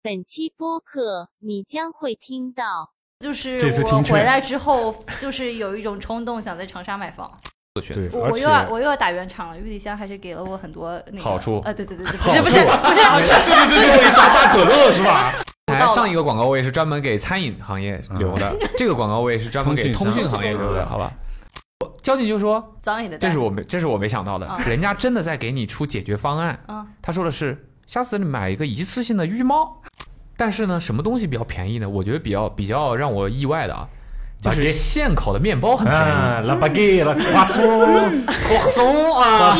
本期播客你将会听到就是这次我听劝回来之后，就是有一种冲动想在长沙买 房，的选择。我而我且又要我又要打圆场了。玉里香还是给了我很多那个好处呃，对对 对对，不好是处不是不是好处，对对对，一扎大可乐是吧？我哎到了上一个广告位是专门给餐饮行业留 的，这个广告位是专门给通嗯通讯讯行业留的，商好吧？我交警就说脏也得带这是我没这是我没想到的啊，人家真的在给你出解决方案。嗯他说的是，下次你买一个一次性的浴帽，但是呢，什么东西比较便宜呢？我觉得比较比较让我意外的啊，就是马吉现烤的面包很便宜。啊，拉巴给拉瓜 松，我怂啊！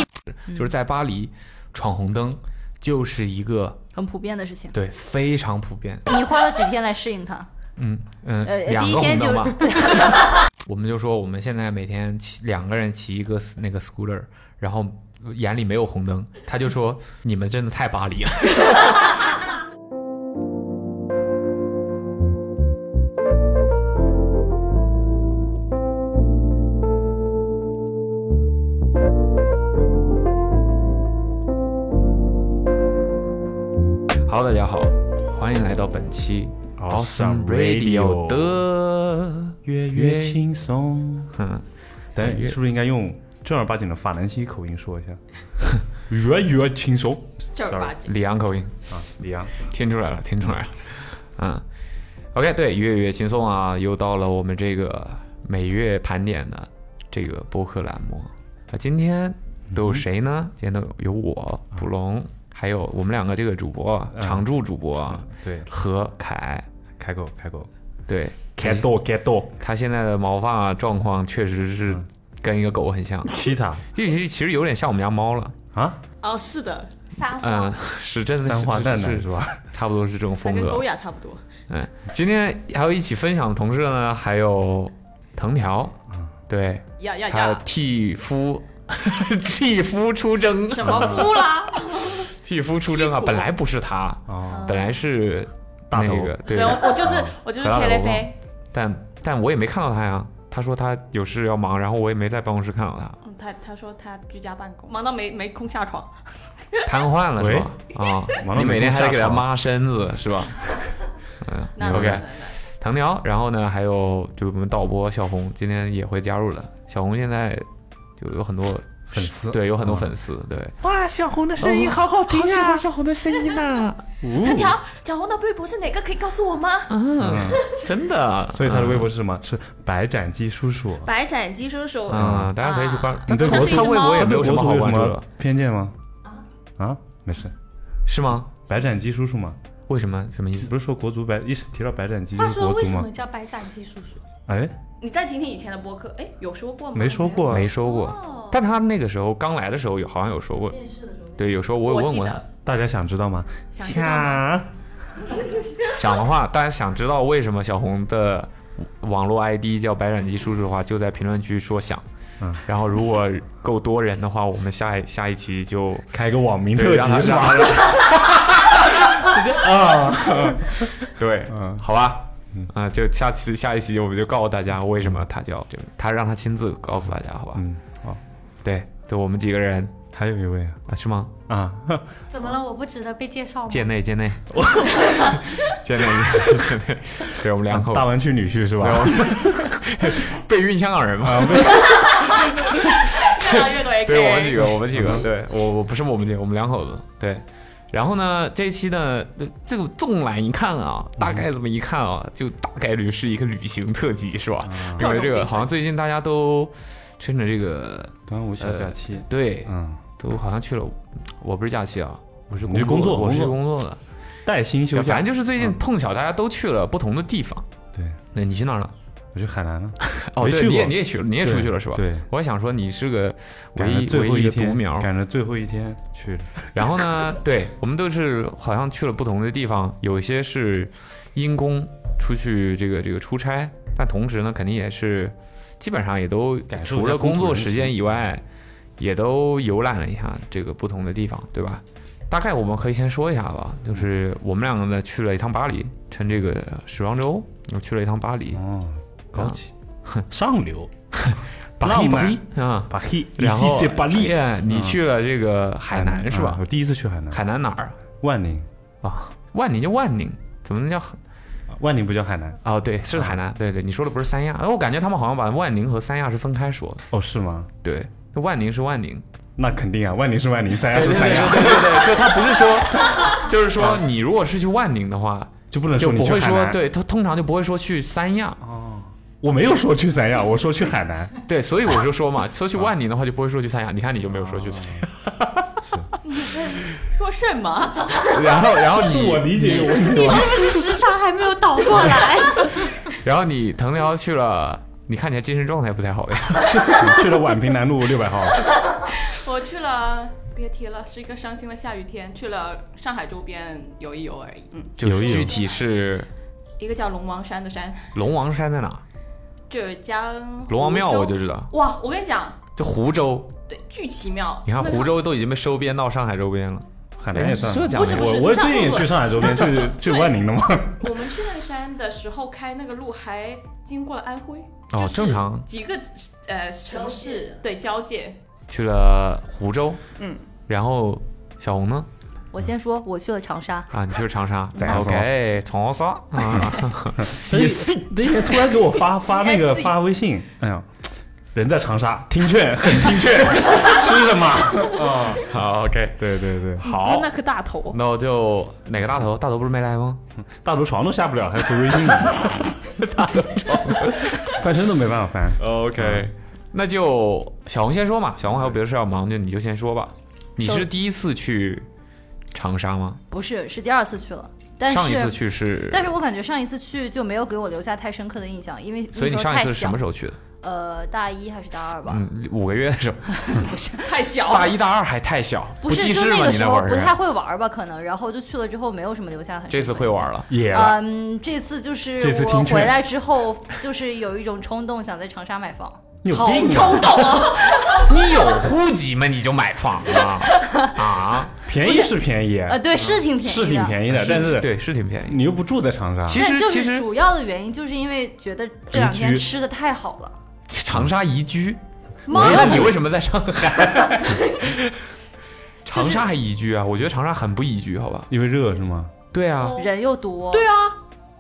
嗯就是在巴黎闯红灯，就是一个很普遍的事情。对非常普遍，你花了几天来适应它？嗯嗯呃，，两第一个红天就灯吧。我们就说我们现在每天骑两个人骑一个 s- 那个 scooter，然后眼里没有红灯，他就 说你们真的太巴黎了。Hello，大家好，欢迎来到本期 Awesome Awesome Radio Radio 的月月轻松。哼，等月是不是应该用正儿八经的法兰西口音 说一下？月月轻松 正儿八经。里昂口音。啊，李阳，听出来了，听出来了。嗯，OK，对，月月轻松啊，又到了我们这个每月盘点的这个播客栏目啊。今天都嗯有谁呢？今天都有我卜龙，还有我们两个这个主播啊嗯常驻主播啊对，何凯。开口开口，哎对开刀开刀，他现在的毛发、状况确实是嗯跟一个狗很像，其他这其实其实有点像我们家猫了。啊，哦，是的，撒嗯，是真的是三花蛋是蛋是是吧？差不多是这种它风跟格。狗雅差不多。嗯，今天还有一起分享的同事呢，还有藤条，对，呀哎呀他 呀！替夫替夫出征，什么夫啦？ 替夫出征啊？本来不是他，哦，本来是大那头个对啊对，，我我就是我就是何大 K 头 L 吗 F，但但我也没看到他呀。他说他有事要忙，然后我也没在办公室看到他，嗯，他他说他居家办公，忙到没没空下床。瘫痪了是吧？啊忙，到你每没天空还得下给他床抹身子是吧？那嗯那，OK 那。那藤条，然后呢，还有就我们导播小红，今天也会加入的。小红现在就有很多粉丝对，有很多嗯粉丝，对。哇，小红的声音好好听啊！喜欢小红的声音呐，藤条，小红的微博是哪个？可以告诉我吗？嗯，真的。所以他的微博是什么？是白斩鸡叔叔。白斩鸡叔叔，嗯，大家可以去关啊。但你对他国他微博也没有什么好关注他对国足有什的么，偏见吗？啊啊，没事。是吗？白斩鸡叔叔嘛，为什么？什么意你思？不是说国足白一提到白斩鸡就话是说国为足什吗么？叫白斩鸡叔叔？哎，你再听听以前的播客，哎，有说过吗？没说过，没说过。哦，但他那个时候刚来的时候有好像有说过，面试的时候那个。对，有时候我有我问记过他得。大家想知道吗？想知道吗想的话，大家想知道为什么小红的网络 ID 叫白斩鸡叔叔的话，就在评论区说想。嗯然后如果够多人的话，我们下一下一期就开个网民对特让他辑是让吧？他让啊，对，嗯好吧，啊，就下期下一期我们就告诉大家为什么他叫这个，他让他亲自告诉大家，好吧？嗯，好，对，就我们几个人还有一位啊啊，是吗？啊， 怎么了？我不值得被介绍吗？贱内，贱内，贱内，贱内，对我们两口啊大子，湾区女婿是对吧？我们被运香港人啊嘛，越来越多 AK。对我们几个，我们几嗯个，对我我不是我们几个，我们两口子，对。然后呢，这一期呢，这个纵览一看啊，大概这么一看啊，就大概率是一个旅行特辑，是吧？啊因为这个好像最近大家都趁着这个， 端午小假期，对，嗯，都好像去了。我不是假期啊，我是你是工作我是工作工作的。带薪休对假，反正就是最近嗯碰巧大家都去了不同的地方。对，那你去哪儿了？我去海南了，哦，没对，去你也过你也去了，你也出去了是吧？。对，我还想说你是个唯赶着一最唯后一一的天独苗，赶着最后一天去的，然后呢，对我们都是好像去了不同的地方，有一些是因公出去这个这个出差，但同时呢，肯定也是基本上也都感受一下除了工风土作人时情间以外，也都游览了一下这个不同的地方，对吧？大概我们可以先说一下吧，就是我们两个呢去了一趟巴黎，趁这个时装周，我去了一趟巴黎，嗯哦，高高级，上流，巴黎浪巴漫黎啊，巴黎，然后谢谢巴黎，哎你去了这个海南是啊吧啊我？第一次去海南，海南哪儿万宁啊？万宁就万宁，怎么能叫万宁不叫海南哦？对，是啊海南，对对，你说的不是三亚，哎，我感觉他们好像把万宁和三亚是分开说的，哦，是吗？对，万宁是万宁，那肯定啊，万宁是万宁，三亚 是对对三对亚，对对，就他不是说， 就是说你如果是去万宁的话，就不能就说不你去会海说南。，哦对他通常就不会说去三亚，我没有说去三亚，我说去海南。对，所以我就说嘛，说去万宁的话就不会说去三亚，你看你就没有说去三亚，说什 么？哦 然后然后你理解有问 你是不是时长还没有倒过来？然后你藤条去了，你看起来精神状态不太好呀。 去了宛平南路六百号，我去了，别提了，是一个伤心的下雨天，去了上海周边游一游而已。嗯，就有是一种具体是一个叫龙王山的山，龙王山在哪？浙江龙王庙湖州我就知道，哇，我跟你讲，就湖州。对，巨 奇妙。你看那湖州都已经被收编到上海周边了，海南也算。浙江不是不我是我最近也去上海周边，去去万宁了吗？我们去那个山的时候，开那个路还经过了安徽，哦就是正常几个呃城市对交界，去了湖州，嗯，然后小红呢？我先说，我去了长沙，啊，你去了长沙在长沙，OK，长沙啊， 也是那天突然给我发发那个 CSC 发微信，哎呀，人在长沙，听劝 很听劝，吃什么？啊， 好，OK，对对对，好，哦那颗大头，那我就哪个大头？大头不是没来吗？大头床都下不了，还回微信呢。大头床翻身都没办法翻。啊 OK，那啊就小红先说嘛，小红还有别的事要忙，就你就先说吧。你是第一次去长沙吗？不是，是第二次去了，但是上一次去是，但是我感觉上一次去就没有给我留下太深刻的印象，因为所以你上一次是什么时时候去的？候？呃，大一还是大二吧？嗯，五个月的时候，太 小大一大二还太小，不是，记就事那吗？个你时那候会不太儿会玩吧，可能。然后就去了之后没有什么留下很深刻的这印次象。会玩啊了，野了，嗯，这次就是这次我听劝回来之后，就是有一种冲动想在长沙买房。你有 病啊！冲动啊！你有户籍吗？你就买房啊啊！便宜是便宜，啊 呃，对，是挺便宜的，是挺 便宜的，但是对是挺便宜。你又不住在长沙，其实但就其实是主要的原因就是因为觉得这两宜天居吃的太好了。长沙宜居，嗯妈那呀你为什么在上海？ 长沙还宜居啊？我觉得长沙很不宜居，好吧？因为热是吗？对啊，人又多，对啊，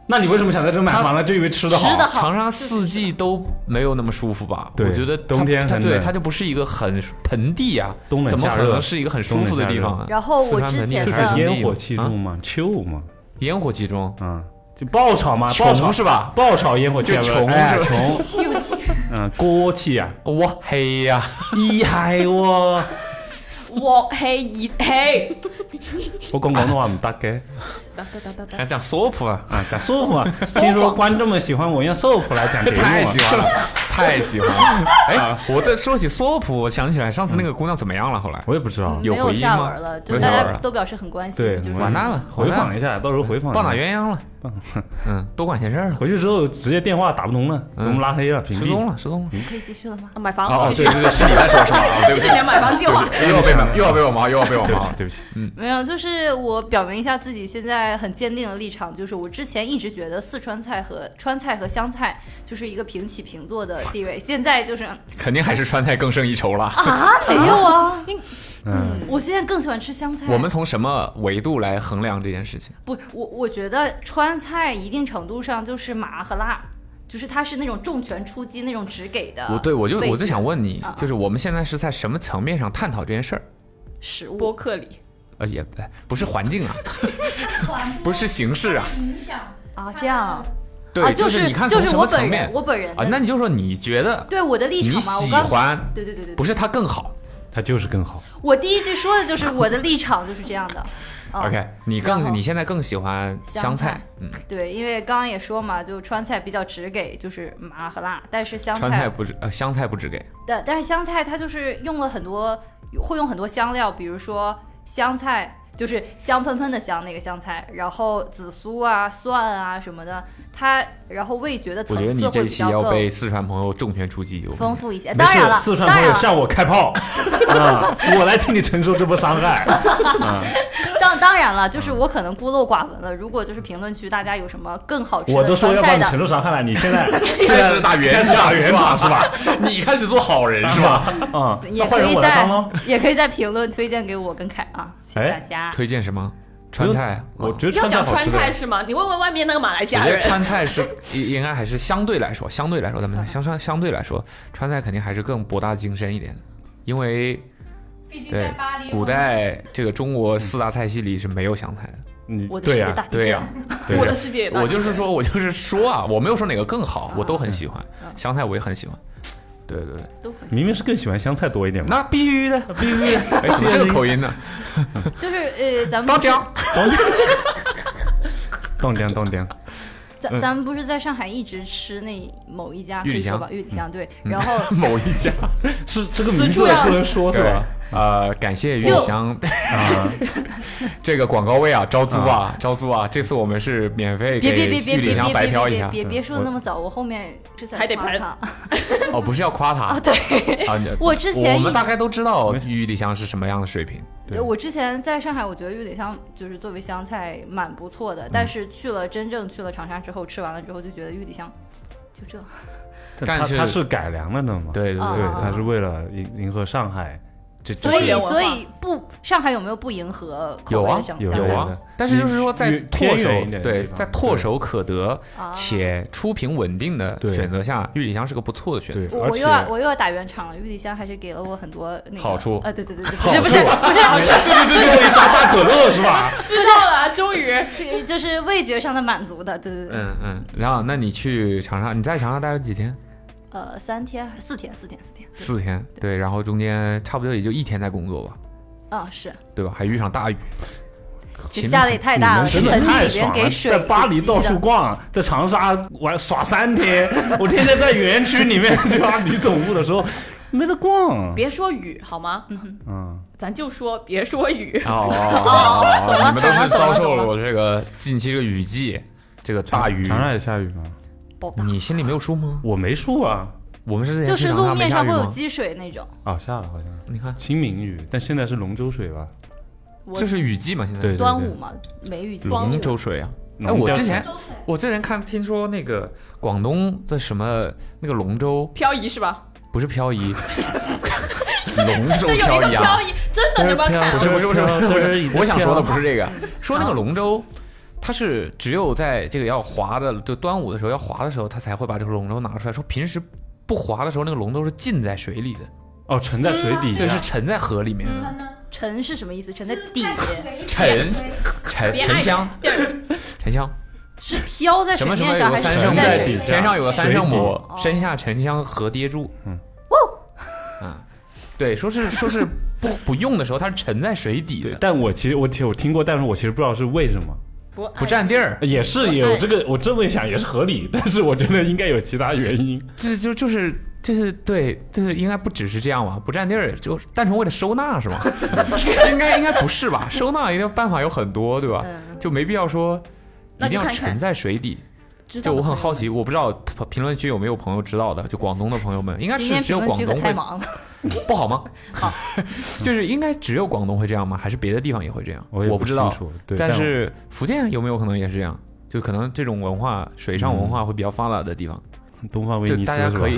那你为什么想在这买房呢？就因为吃的好。吃的好，长沙四季都没有那么舒服吧？对我觉得它冬天它很对冷它就不是一个很盆地啊，冬冷怎么夏可热能是一个很舒服的地方啊？然后四我川之盆地前就还的是是烟烟火火气气重重嘛，秋嘛，烟火气中，嗯，啊就爆炒嘛，爆炒穷是吧？爆炒烟火气，就穷哎是吧穷， 嗯，锅气啊，哇嘿呀，一嗨哎我，我嘿一嘿，我讲广东话唔得 嘅哒哒哒哒哒，还讲娑婆啊，啊，讲舒服啊，听说观众们喜欢我用寿婆来讲节目 啊，太喜欢了，太喜欢了。哎，我在说起娑婆，我想起来上次那个姑娘怎么样了？后来我也不知道，没有有回音下吗文了，没就有大下文家了都表示很关心，对，就是完蛋了回完蛋了访一下，到时候回访一下棒打鸳鸯了，嗯，多管闲事儿了，回去之后直接电话打不通了，给嗯我们拉黑了，屏失踪蔽。了，失踪了。可以继续了吗？买房继续，对，是你在说是吧？啊对继续你的买房计划。又要被我又要被我骂，又要被我骂。对不起，没有，就是我表明一下自己现在很坚定的立场，就是我之前一直觉得四川菜和川菜和湘菜就是一个平起平坐的地位，现在 就是肯定还是川菜更胜一筹了。啊没有啊，因嗯，我现在更喜欢吃湘菜。我们从什么维度来衡量这件事情？不，我我觉得川菜一定程度上就是麻和辣，就是它是那种重拳出击那种只给的味觉。我对我就我就想问你啊，就是我们现在是在什么层面上探讨这件事儿？食播物，客里，呃，也哎不是环境啊，不是形式啊，啊这样啊对，就是你看就从是什我么本层人面我本人啊的？那你就说你觉得对我的立你场嘛，我喜刚欢，对对对对，不是是它更好。他就是更好。我第一句说的就是我的立场就是这样的。啊 OK，你然更后你现在更喜欢香香菜菜，嗯，对，因为刚刚也说嘛，就川菜比较只给就是麻和辣，但是湘川菜不止呃香菜不止给，但但是香菜它就是用了很多，会用很多香料，比如说香菜就是香喷喷的香那个香菜，然后紫苏啊、蒜啊什么的，它然后味觉的我层觉得你次这会比期较要被更四川朋友重拳出击，我跟你丰富一些。没当事然，了，四川当朋然友了，向我开 炮，啊，我来替你承受这波伤害。当当然了，就是我可能孤陋寡闻了。如果就是评论区大家有什么更好吃我都的说川要帮菜你承的，受伤害了，你现在 开现始在打圆开始场打是圆吧场是吧？ 你开始做好人是是吧？吧？啊，也那换可人以 我来在帮喽。也可以在评论推荐给我跟凯啊，谢谢哎大家。 推荐什么？川菜，啊我 觉得要川菜讲好川吃菜的，是吗？你问问外面那个马来西我亚觉得人，川菜是应应该还是相对来说，相对来说，咱嗯们相相相对来说，川菜肯定还是更博大精深一点的，因为毕竟对古代这个中国四大菜系里是没有湘菜的。你啊我的对世界呀大地对呀、对呀 我的世界也大我就是说，我就是说啊，我没有说哪个更啊好，我都嗯很喜欢，湘菜我也很喜欢。对对对，都很明明是更喜欢湘菜多一点嘛。那必须的，必须的。哎，怎么这 个口音呢？就是呃，咱们当家当当当 当，嗯咱咱们不是在上海一直吃那某一家玉可里以说香嗯吧，玉里香对，然后 某一家，是这个此名字处要不能说 是对吧？？呃，感谢玉就香啊， 这个广告位啊，招租啊，招租啊！这次我们是免费给别别别别玉里别香别白别嫖一别下。嗯别别说的那么早，我后面是在还得夸 拍他哦，不是要夸他啊，对。啊！你 我之前我们一大概都知道玉里香是什么样的水平。对对，我之前在上海，我觉得玉里香就是作为湘菜蛮不错嗯的，但是去了真正去了长沙之后，吃完了之后就觉得玉里香就这，但他是他是改良了的嘛？对对啊对对，，他是为了迎迎合上海这这所以原文化所以不上海有没有不迎合口有味啊的湘，有菜？对啊对，但是就是说，在你唾偏远一手点的对地，方在唾手可得啊且出品稳定的对选择下，玉里香是个不错的选择。对，我而我且又要我又要打圆场了，玉里香还是给了我很多那个好处啊，对对对对，好不是不是处不是好 处， 对对对对，找大可乐 是吧？知道了啊，终于就是味觉上的满足的，对对对，嗯嗯，然后那你去长沙，你在长沙待了几天？呃，三天四天四天四天，四天，对，然后中间差不多也就一天在工作吧，啊是，对吧？还遇上大雨，这秦下的也太大了，真的盆太子里爽边了！给水在巴黎到挤处的逛，在长沙玩耍三天，我天天在园区里面， 对吧？你总部的时候没得逛，别说雨好吗？嗯，咱就说别说雨，哦，啊哦你们都是遭受了我这个近期这个雨季，这个大雨，长沙也下雨吗？爆大你心里没有数吗？我没数啊，我们是之前就去是长路沙没面下上雨会有吗？积水那种，啊下了好像你看，清明雨，但现在是龙舟水吧？我这是雨季嘛？现在对端午嘛，梅雨季光龙雨舟水啊！哎，龙我舟之水前我之前看听说那个广东的什么那个龙舟漂移是吧？不是漂 移，龙舟对，有一漂个移漂啊！移，真的你们要看不啊是不是不是不是，我想说的不是 这个，说那个啊龙舟，它是只有在这个要划的，就端午的时候要划的时候，它才会把这个龙舟拿出来。说平时不划的时候，那个龙舟是浸在水里的，哦，沉在水嗯底对，下是，沉在河里面的，沉是什么意思？沉在底下，沉沉沉香，沉香。是飘在什水么什么面有上个还三是圣沉母在在底水下里？天上有个三圣母水，底哦身下沉香河跌住。嗯，哇，嗯，对，说是说是不不用的时候，它是沉在水底对的，，但我其实我其实我听过，但是我其实不知道是为什么。不不占地儿。也是有这个，我这么一想也是合理，但是我觉得应该有其他原因。这就就是就是对，就是应该不只是这样吧？不占地儿，就单纯为了收纳是吗？ 应该应该不是吧？收纳一定办法有很多，对吧？嗯就没必要说一那就定要看看沉在水底。知道就我的很朋友好们奇，我不知道评论区有没有朋友知道的，就广东的朋友们，应该今是天只评有论广区可东太会 忙了，不好吗？好， 就是应该只有广东会这样吗？还是别的地方也会这样？也我不知道清。楚，对，但是福建有没有可能也是这样？就可能这种文化，水上文化会比较发达的地方，但东方威就尼斯大家是吧可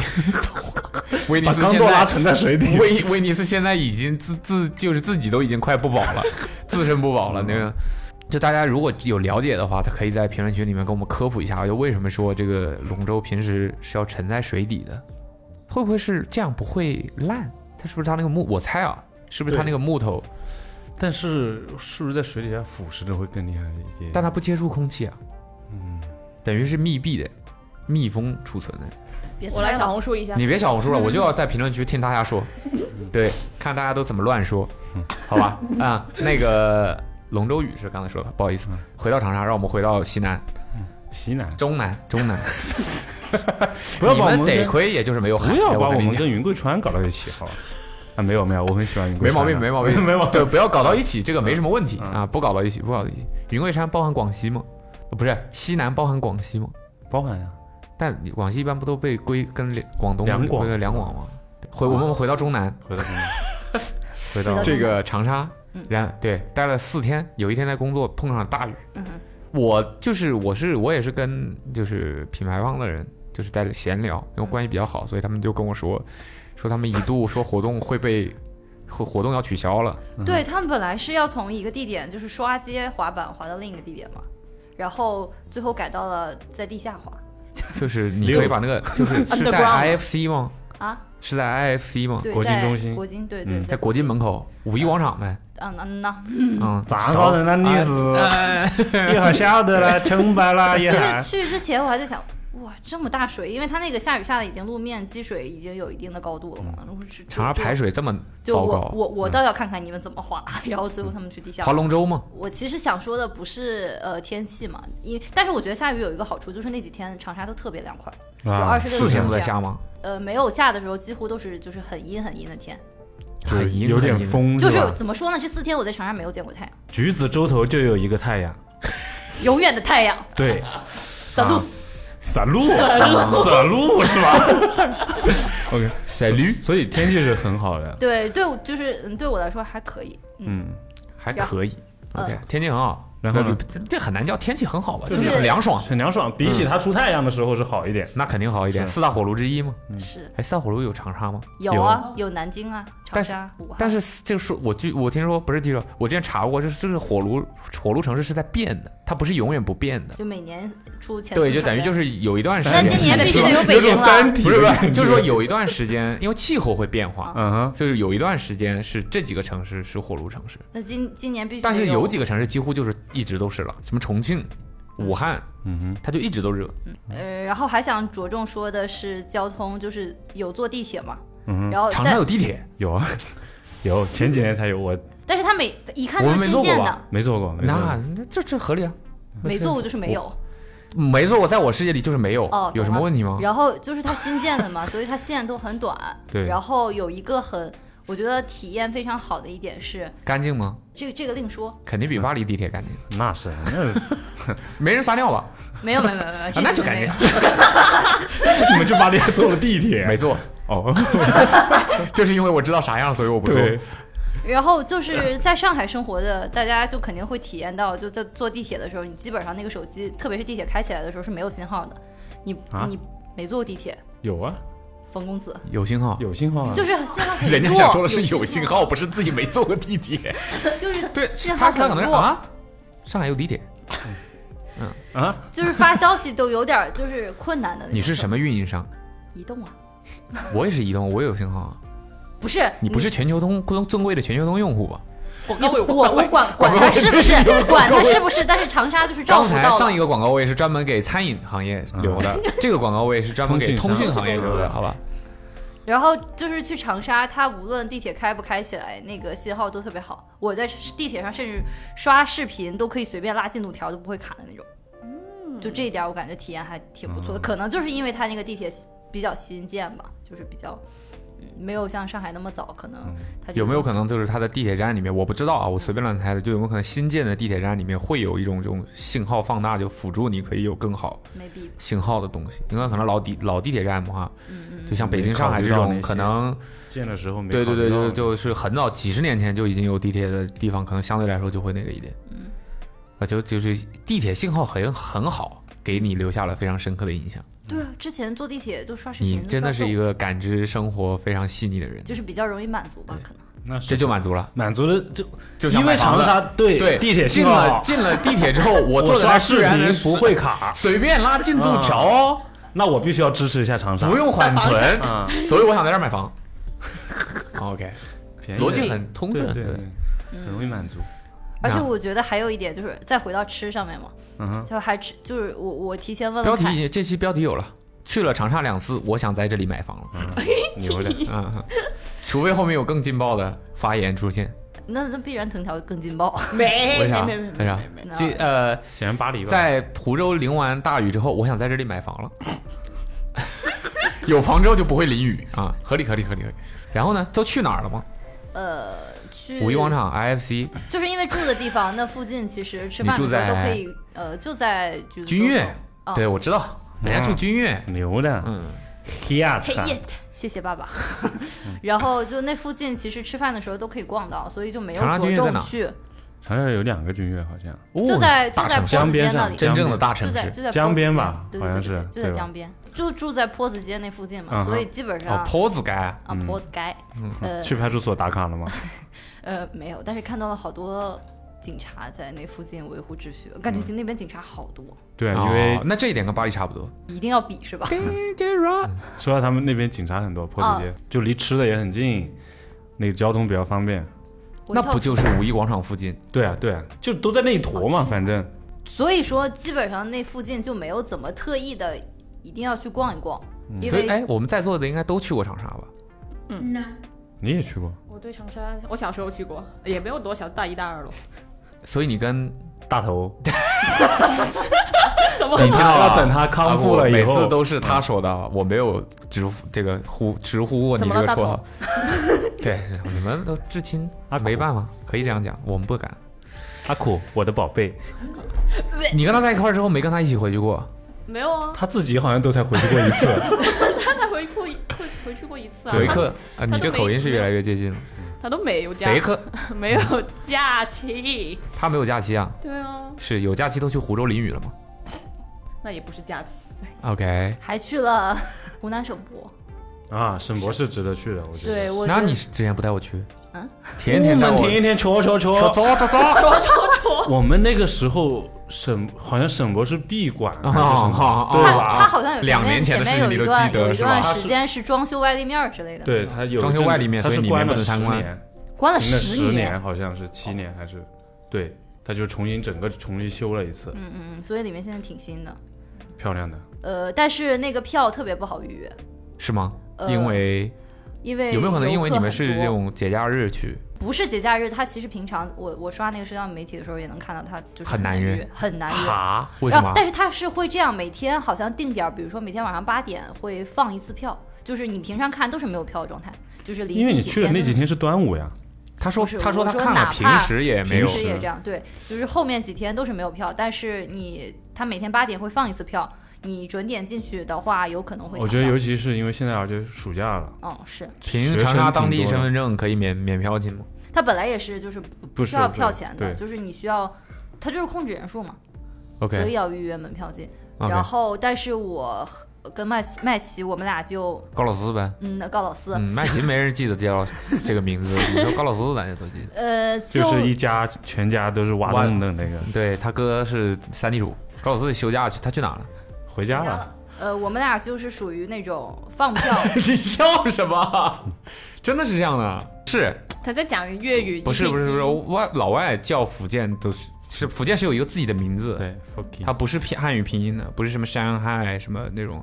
以。威尼把斯刚现多拉在，沉在水 底。威威尼斯现在已经自自就是自己都已经快不保了，自身不保了。那个，嗯就大家如果有了解的话，他可以在评论区里面给我们科普一下，就为什么说这个龙舟平时是要沉在水底的，会不会是这样不会烂？它是不是它那个木？我猜啊，是不是它对那个木头？但是是不是在水底下腐蚀的会更厉害一些？但它不接触空气啊，嗯，等于是密闭的，密封储存的。别我来猜小了红书一下，你别小红书了，我就要在评论区听大 家说，对，看大家都怎么乱说，嗯好吧？啊、那个龙舟雨是刚才说的，不好意思嗯，回到长沙，让我们回到西南、西南，中南、中南， 不要你把我们们得跟亏也就是没有海，不要把我跟你们讲跟云贵川搞到一起，好吧？啊，没有没有，我很喜欢云贵没毛川病，的，没毛病，没毛病。对，不要搞到一起，这个没什么问题嗯啊，不搞到一起，不搞到一起。云贵山包含广西吗？呃不是，西南包含广西吗？包含呀，但广西一般不都被归跟两广东两广嗯归了两广吗？回我们回到中南，回到中南回到这个长沙嗯，然对待了四天，有一天在工作碰上了大雨。嗯我就是我是我也是跟就是品牌方的人就是在嗯闲聊，因为关系比较好，所以他们就跟我说，说他们一度说活动会被活活动要取消了。对他们本来是要从一个地点就是刷街滑板滑到另一个地点嘛，然后最后改到了在地下滑就是你六可以把那个， 就是是在 Underground IFC 吗？啊，是在 IFC 吗？对，国在金中心国金对对嗯，对，在国际门口五一广场呗。嗯嗯呐，嗯，咋说的那意思？哎一会儿晓 得了，清白了也就是还。去之前我还在想，哇，这么大水，因为它那个下雨下的已经路面积水已经有一定的高度了嘛，然后是长沙排水。水这么就糟我糕，我我倒要看看你们怎么滑， 然后最后他们去地下划龙舟吗？啊我其实想说的不是呃天气嘛，因但是我觉得下雨有一个好处，就是那几天长沙都特别凉快，就二十六四天度不在这样下吗？呃，没有下的时候几乎都是就是很阴很阴的天，很就是阴有点很阴风，就是吧？怎么说呢？这四天我在长沙没有见过太阳，橘子洲头就有一个太阳，永远的太阳。对，小鹿，散路，散路是吧？ OK，塞哎驴所以天气是很好的。对对，我就是嗯，对我来说还可以。嗯，嗯，还可以，OK，天气很好。然后呢不这这很难叫天气很好吧，就就是是很凉爽，很凉爽，比起它出太阳的时候是好一点。那肯定好一点。四大火炉之一吗？嗯是哎，四大火炉有长沙吗？有啊，有南京啊，长沙、武汉。但是这个说，我据我听说不是听说，我之前查过，就是这个火炉火炉城市是在变的，它不是永远不变的。就每年出前对，四就场等于的就是有一段时嗯那间，今年必须得是吧有北京啊了。不是不是， 就是说有一段时间，因为气候会变化，嗯哼，就是有一段时间是这几个城市是火炉城市，那今今年必须得，但是有几个城市几乎就是一直都是了，什么重庆、武汉，嗯哼，它就一直都热。呃，然后还想着重说的是交通，就是有坐地铁嘛，嗯然后长哦沙但有地铁，有啊，有前几年才有，我但是他每一看我就们是没新坐过建吧的，没做过，没做过那那这这合理啊。没坐过就是没有。没错，我在我世界里就是没有，哦，有懂什么了问题吗？然后就是它新建的嘛，所以它线都很短。 对然后有一个很，我觉得体验非常好的一点是，干净吗？这个这个另说，肯定比巴黎地铁干净，嗯那是那没人撒尿吧？没有没有没有 没有，这啊那个就没有感 你们就把那坐了地铁， 没坐， 哦，就是因为我知道啥样，所以我不坐。对然后就是在上海生活的，大家就肯定会体验到，就在坐地铁的时候，你基本上那个手机，特别是地铁开起来的时候是没有信号的。你、啊你没坐过地铁，有啊，冯公子有信号，有信号啊，就是信号很弱。人家想说的是有信信，号，不是自己没坐过 地铁。就是对，信他号他可很能是弱，啊，上海有地铁，啊，就是发消息都有点儿就是困难的那种。你是什么运营商？移动啊？我也是移动，我也有信号啊。不是你不是全球通尊尊贵的全球通用户吧？广你告位，我我管管他是不是，管他是不是，但是长沙就是照刚顾才到上一了。个广告位是专门给餐饮行业留的，这个广告位是专门给通嗯通讯讯行业留的，好吧？然后就是去长沙，它无论地铁开不开起来，那个信号都特别好。我在地铁上甚至刷视频都可以随便拉进度条都不会卡的那种。就这一点我感觉体验还挺不错嗯的，可能就是因为它那个地铁比较新建吧，就是比较。嗯没有像上海那么早，可能它这个嗯有没有东可能就是它的地铁站里面，我不知道啊，我随便乱猜的，就有没有可能新建的地铁站里面会有一种这种信号放大，就辅助你可以有更好西？maybe 信号的东西？因为可能老地老地铁站的话，就像北京、没考上海虑这到那种，些可能建的时候没对对对，考虑就到就是很早几十年前就已经有地铁的地方，可能相对来说就会那个一点。嗯，啊，就就是地铁信号很很好，给你留下了非常深刻的印象。对啊，之前坐地铁就刷视频你都刷够，真的是一个感知生活非常细腻的人，就是比较容易满足吧，可能。那这就满足了。满足的就就像因为买房长子沙对对，地铁信进号了好，进了地铁之后，我坐在那刷儿视居然频能不会卡， 随便拉进度条哦，那我必须要支持一下长沙嗯不。用缓 存，啊，所以我想在这儿买 房。OK，哦便宜逻辑很通对顺，啊对对，很容易满足。而且那我觉得还有一点就是，再回到吃上面嘛，嗯哼，就还吃，就是我我提前问标了凯，题这期标题有了，去了长沙两次，我想在这里买房 了。牛 的，嗯，除非后面有更劲爆的发言出现，那那必然藤条更劲爆， 没为啥？没没为啥没没？没这呃，显然巴黎吧，在湖州淋完大雨之后，我想在这里买房了。 有房之后就不会淋雨啊，合理合理合理合理。然后呢，都去哪儿了吗？呃，去五一广，场 IFC 就是因为住的地方，那附近其实吃饭的你住时候在都可以，呃，就在橘子君悦，哦对我知道，嗯人家住君悦，牛的，嗯， Fiat 洲口，嘿耶，谢谢 爸爸。然后就那附近其实吃饭的时候都可以逛到，所以就没有长沙君着悦在哪重去，长沙有两个君悦好像，哦就在就大在城市坡哦江子边街那上里，真正的大城就在市，就在江坡子边街吧对好对对，对像是就对在吧江边。就住在坡子街那附近嘛，嗯哼嗯所以基本上哦，坡子街。啊坡子街，呃去派出所打卡了吗？嗯呃没有，但是看到了好多警察在那附近维护秩序，我感觉嗯那边警察好多，对啊，因为哦那这一点跟巴黎差不多。嗯一定要比是哎吧？说到他们那边警察很多，坡哦子街就离吃的也很近，那个交通比较方便。我那跳不就是五一广场附近？对啊，对啊，就都在那一坨我嘛，嘛。反正所以说基本上那附近就没有怎么特意的一定要去逛一逛，因所为以，哎，我们在座的应该都去过长沙吧？你也去过，我对长沙，我小时候去过，也没有多小，大一大二了。所以你跟大 头，怎么你知道啊要等他康复啊了我以每后，嗯次都是他说的，我没有直呼这个呼直呼过你怎这么个了大绰号。 对，你们都至亲阿苦没 办法，可以这样讲，我们不敢。阿苦，我的宝贝，你跟他在一块儿之后，没跟他一起回去过，没有啊？他自己好像都才回去过一 次。他才回过一回回去过一次啊，回客啊，都你这没口音是越来越接近了。他都没有假，肥客，没有假期。他没有假期啊，对啊，是有假期都去湖州淋雨了吗那也不是假期。 ？OK，还去了 湖南省博，啊，沈博是值得去的，我觉得。对我觉那得你是之前不带我去？嗯，天天带我们我哦天天戳说戳戳，走走走。我们那个时候沈好像沈博是闭馆还是什哦么哦，对他哦他好像有前两面年前前面的事有情一你都段记有得一是吧段？时间是装修外立面儿之类的，对他有装修一阵外立面他是所以里面关不了能参观10年关了那十十，好像是七年还是，对，他就重新整个重新修了一次，嗯，所以里面现在挺新的。漂亮的。呃，但是那个票特别不好预约，是吗？呃因为因为有没有可能因为你们游是客很这多种节假日去？不是节假日，它其实平常我我刷那个社交媒体的时候也能看到它就是很难约约，很难约。哈？为什然后哦么，？但是它是会这样，每天好像定点儿，比如说每天晚上八点会放一次票，就是你平常看都是没有票的状态，就是离因为近你几去的那都几是天是端午呀，他说不是他说我他说看哪了，平怕时也没有平时也这样，对，就是后面几天都是没有票，但是你他每天八点会放一次票，你准点进去的话，有可能会抢我觉得到尤其是因为现在而且暑假了，嗯是，凭学长生沙挺当地多的身份证可以免免票进吗？他本来也是就是不不需是要不票是钱的，对就是你需要，他就是控制人数嘛所以啊 OK 要预约门票进。然 OK，后，但是我和跟麦琪麦琪，我们俩就高老师呗。嗯高老四，嗯，麦琪没人记得叫这个名字，你说高老师大家都记得。呃就就是一家全家都是挖挖洞的那个，对他哥是三地主，高老师休假去，他去哪了？回家了，呃我们俩就是属于那种放 票， 你笑什么？真的是这样的？是他在讲粤语，不是你不是不是外老外叫福建都是是福建是有一个自己的名字，对 f u c k i 它 n 不是拼汉语拼音的，不是什么上海什么那种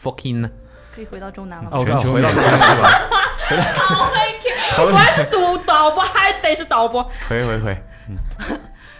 fucking 呢？可以回到中南了吗？哦全球回到免签是吧？果然是读导播，还得是导播。哦回回回，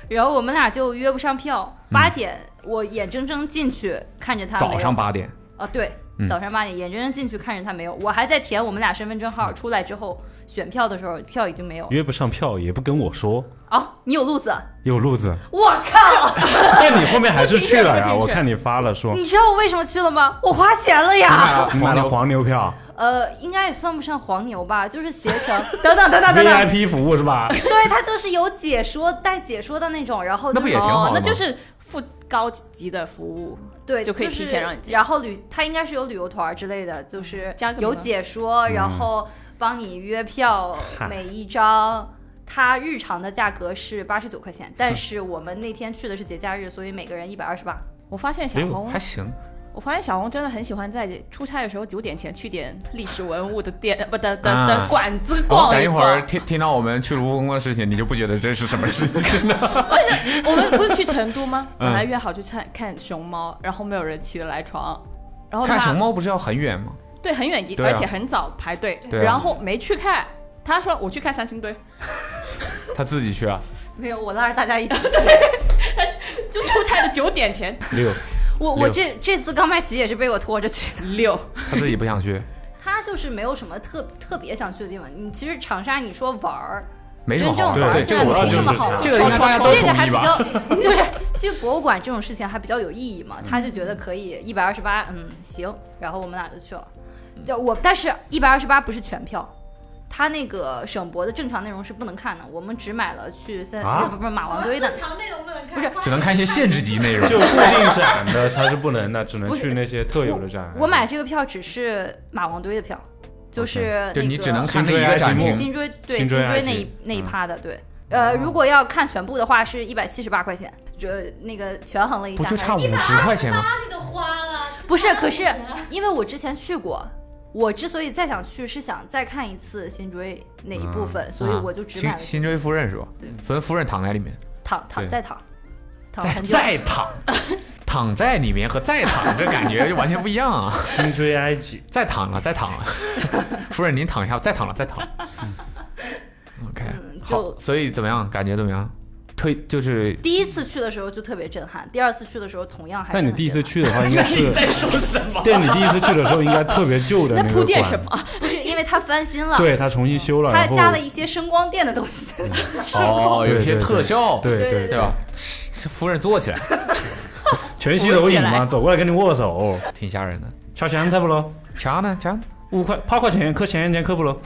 然后我们俩就约不上票，八点、我眼睁睁进去看着他没有嗯早上八点，嗯啊，对，早上八点眼睁睁进去看着他没有，我还在填我们俩身份证号，出来之后选票的时候票已经没有了。约不上票也不跟我说，哦，你有路子？有路子。我靠！ 但你后面还是去了呀，不听劝不听 劝我看你啊发了说你知道我为什么去了吗？我花钱了你呀。买了你买了黄黄牛票呃，应该也算不上黄牛吧，就是携 程。等等等等等等， ，VIP 服务是吧？对他就是有解说带解说的那种，然后就那不也挺好哦的，吗那就是付高级的服务。对，就可以是提前让你进嗯然后旅他应该是有旅游团儿之类的，就是加个名有额解说，然后帮你约票，嗨每一张。它日常的价格是八十九块钱，但是我们那天去的是节假日，所以每个人一百二十八。我发现小哎呦红还，行，我发现小红真的很喜欢在出差的时候九点前去点历史文物的店，呃不的的啊的馆子然后逛等一会儿逛。听听到我们去卢浮宫的事情，你就不觉得这是什么事情了。我们不是去成都吗？嗯本来约好去看看熊猫，然后没有人起得来床，然后他看熊猫不是要很远吗？对很远，对啊而且很早排队，对啊然后没去看。他说我去看三星堆，他自己去啊？没有，我拉着大家一起去。就出差的九点前六，我我六这这次刚麦琪也是被我拖着去的。六。他自己不想去，他就是没有什么特特别想去的地方。你其实长沙，你说玩儿，没什么好真玩的。正对，玩现在没我倒这个我觉什么得是好这玩的。样这个应该大家都这个还同意比吧？较， 就是去博物馆这种事情还比较有意义嘛。他就觉得可以一百二十八，嗯，行。然后我们俩就去了。就我，但是一百二十八不是全票，他那个省博的正常内容是不能看的，我们只买了去三、啊不不是马王堆的正，常内容不能看，不是花只能看一些限制级内容。就固定展的它是 不能的，只能不是去那些特有的展。我买这个票只是马王堆的票，就是、那个、就你只能新看那追一爱个展情新厅，新追对新新追追 IG 那一那一嗯趴的对。呃，哦如果要看全部的话，是一百七十八块钱，这那个权衡了一不下，就差还五十块钱吗？你都花了，不是花了可是五十因为我之前去过，我之所以再想去，是想再看一次新追那一部嗯分，所以啊我就只买新了新追夫人是吧？所以夫人躺在里面，躺躺对再躺，躺再很久。再躺，躺在里面和再躺这感觉就完全不一样啊！新追埃及，再躺了，再躺了，夫人您躺一下，再躺了，再躺。OK，嗯好，就所以怎么样？感觉怎么样？推就是第一次去的时候就特别震撼，第二次去的时候同样还是那很你第一次震撼。去的话，应 该是在说什么？对，你第一次去的时候应该特别旧的在那个铺垫馆什？么？不是因为它翻新了，对，它重新修了，它然后加了一些声光电的东西。 哦，有一些特效，对对对吧？夫人坐起来，全息投影嘛，走过来跟你握手，挺吓人的。小香菜不喽？强呢？强，五块八块钱，磕咸盐钱磕不喽？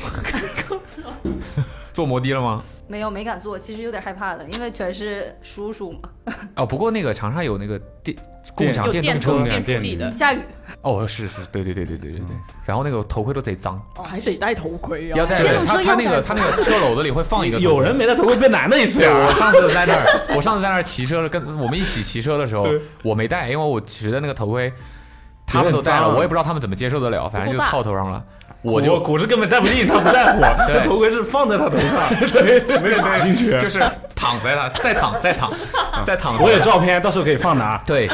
坐摩的了吗？没有，没敢坐，其实有点害怕的，因为全是叔叔嘛。哦，不过那个长沙有那个电共享有电动电车动车电助电力的，下雨，哦，是是，对对对对对对对。然后那个头盔都贼脏，还得戴头盔啊要戴电动他车他要那戴个他那个车篓子里会放一个头盔。有人没戴头盔被男的一 次对，呀我？上次在那儿，我 上次在那儿骑车了，跟我们一起骑车的时候，我没戴，因为我觉得那个头盔他们都戴了，脏啊我也不知道他们怎么接受得了，反正就套头上了。我就我是根本戴不进，他不 在乎，对这头盔是放在他头上，没有戴进去。就是躺在 那，再躺，再躺，再躺。嗯我有照片，到时候可以放的啊。 对，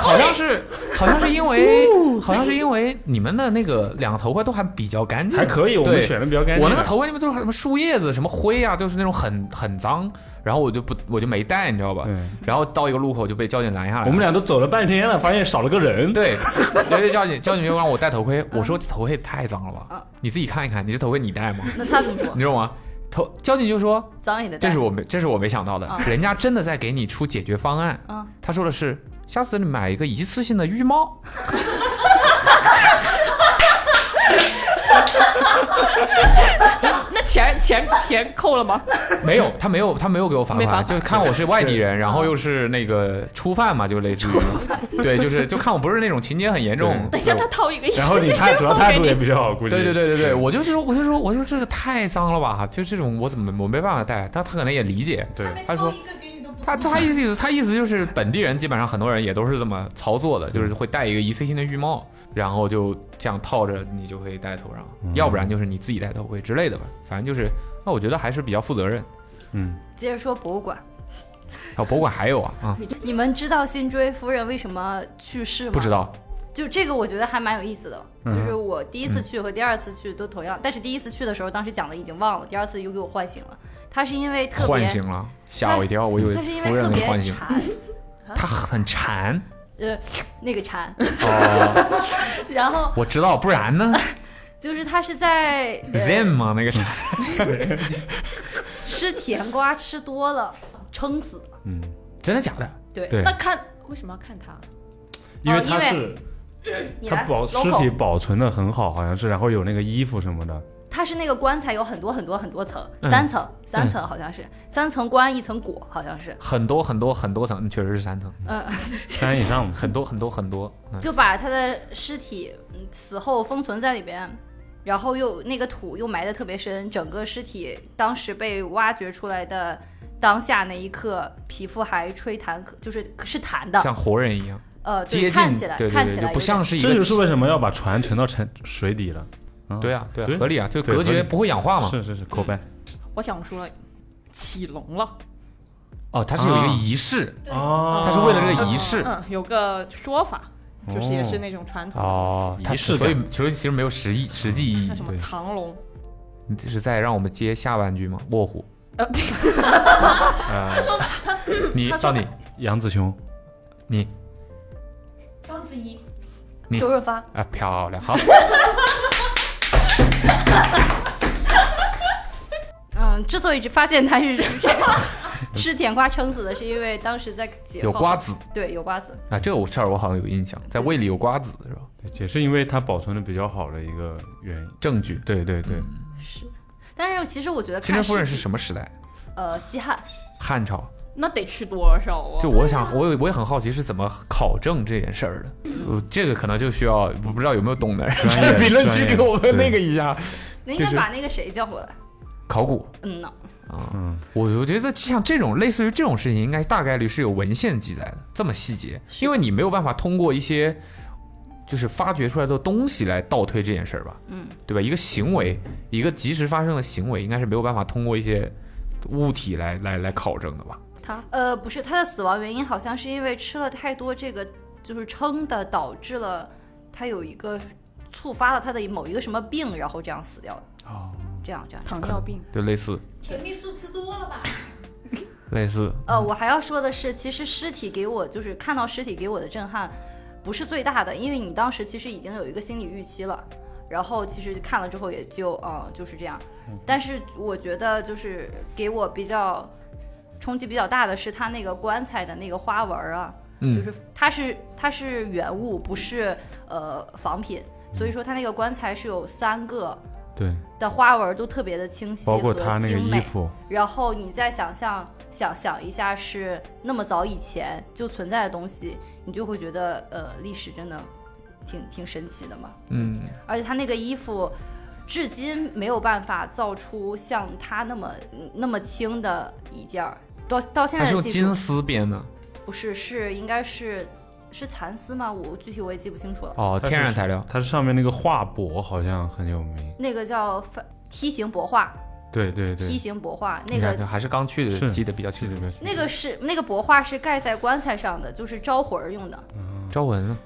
好像是，好像是因为，好像是因为你们的那个两个头盔都还比较干净，还可以，我们对选的比较干净。我那个头发那边都是什么树叶子、什么灰啊，就是那种很很脏，然后我就不我就没带，你知道吧？嗯然后到一个路口就被交警拦下来了，我们俩都走了半天了，发现少了个人。 对，然后交警交警就让我戴头盔，我说这头盔太脏了吧嗯，你自己看一看，你这头盔你戴吗？那他怎么说你？知道吗？头交警就说脏也得带。这是我没这是我没想到的，嗯人家真的在给你出解决方案，嗯，他说的是下次你买一个一次性的浴帽。 那钱钱钱扣了吗？没有，他没有，他没有给我罚没罚款，款就看我是外地人，然后又是那个初犯嘛，就类似于，对，就是就看我不是那种情节很严重。等一下，他掏一个一然后你千态主要态度也给你比较好，估计。对对对对对，我就说，我就说，我就说这个太脏了吧，就这种我怎么我没办法带，但他可能也理解，对块，他他说说一个给你都不他他意思他意思就是本地人基本上很多人也都是这么操作的，就是会戴一个一次性的浴帽，然后就这样套着你就可以戴头上，要不然就是你自己戴头盔之类的吧，反正就是，那我觉得还是比较负责任。嗯，接着说博物馆，然后博物馆还有啊啊、你们知道新追夫人为什么去世吗？不知道，嗯就这个我觉得还蛮有意思的，就是我第一次去和第二次去都同样，但是第一次去的时候当时讲的已经忘了，第二次又给我唤醒了。他是因为特别，唤醒了，吓我一跳，我以为他是因为夫特人给别唤醒，馋，他很馋呃，那个馋， 哦，然后我知道，不然呢就是他是 在、 ？Zen 呃、吗？那个馋，吃甜瓜吃多了撑死了，真的假的？对，对那看为什么要看他？因为哦它因是你它来保尸体 local 保存的很好，好像是，然后有那个衣服什么的。它是那个棺材有很多很多很多层，嗯三层三层好像是三层棺一层椁好像是，很多很多很多层，嗯确实是三层，嗯。三以 上嘛，很多很多很多。嗯就把他的尸体嗯死后封存在里边，然后又那个土又埋得特别深，整个尸体当时被挖掘出来的当下那一刻，皮肤还吹弹，就是是弹的，像活人一样呃，接对，近看起，来对对看对，起就来不有像点是一这个就是为什么要把船沉到沉水底了。啊对啊对啊对合理啊，就对隔合绝理不会氧化嘛。是是是，口碑。我想说了，起龙了。哦，它是有一个啊仪式，哦它是为了这个仪式嗯，有个说法，就是也是那种传统的东西，哦，它仪式所以感其实其实没有实意实际意义那什。么对藏龙，你这是在让我们接下半句吗？卧虎，呃，啊，呃你他到说你杨紫琼，你章子怡，你周润发，啊，漂亮，好。嗯，之所以发现他是 吃甜瓜撑死的，是因为当时在解有剖瓜，子对，有瓜子，啊，这个事儿我好像有印象，在胃里有瓜子是吧？对也是因为它保存的比较好的一个原因。证据，对对对，是但是其实我觉得看清真夫人尸是体什么时代？呃西汉，汉朝。哦那得去多少啊？就我想，我也我也很好奇是怎么考证这件事儿的。呃，这个可能就需要我不知道有没有懂的人嗯专业在 评论区专业给我们对那个一下那应该就是把那个谁叫过来。考古。嗯呐，啊嗯，我我觉得像这种类似于这种事情，应该大概率是有文献记载的，这么细节，因为你没有办法通过一些就是发掘出来的东西来倒推这件事儿吧，嗯，对吧？一个行为，一个及时发生的行为，应该是没有办法通过一些物体来来来考证的吧？呃，不是，他的死亡原因好像是因为吃了太多这个就是撑的，导致了他有一个触发了他的某一个什么病，然后这样死掉的。哦，这样这样。糖尿病，就类似甜蜜素吃多了吧？ 类似，呃，嗯我还要说的是，其实尸体给我就是看到尸体给我的震撼，不是最大的，因为你当时其实已经有一个心理预期了，然后其实看了之后也就呃就是这样。嗯但是我觉得就是给我比较冲击比较大的是他那个棺材的那个花纹儿啊，嗯就是它是它是原物，不是呃仿品，所以嗯说它那个棺材是有三个对，的花纹儿都特别的清晰包和括他那个精衣美。服，然后你再想象想想一下，是那么早以前就存在的东西，你就会觉得呃，历史真的挺挺神奇的嘛。嗯，而且他那个衣服，至今没有办法造出像他那么那么轻的一件儿。到到现它在是的用技金术丝编的不是是应该是是蚕丝吗？我具体我也记不清楚了。哦，它是天然材料，它是上面那个画帛好像很有名，那个叫反梯形帛画，对对梯对，形帛画那你个看还是刚去的，是记得比较记清得楚。没有？那个是那个帛画是盖在棺材上的，就是招魂儿用的。招文呢？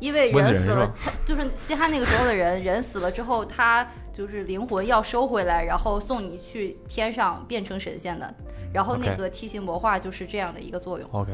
因为温人子仁死是了吧，他就是西汉那个时候的人，人死了之后，他就是灵魂要收回来，然后送你去天上变成神仙的。然后 OK 那个梯形魔化就是这样的一个作用。 OK，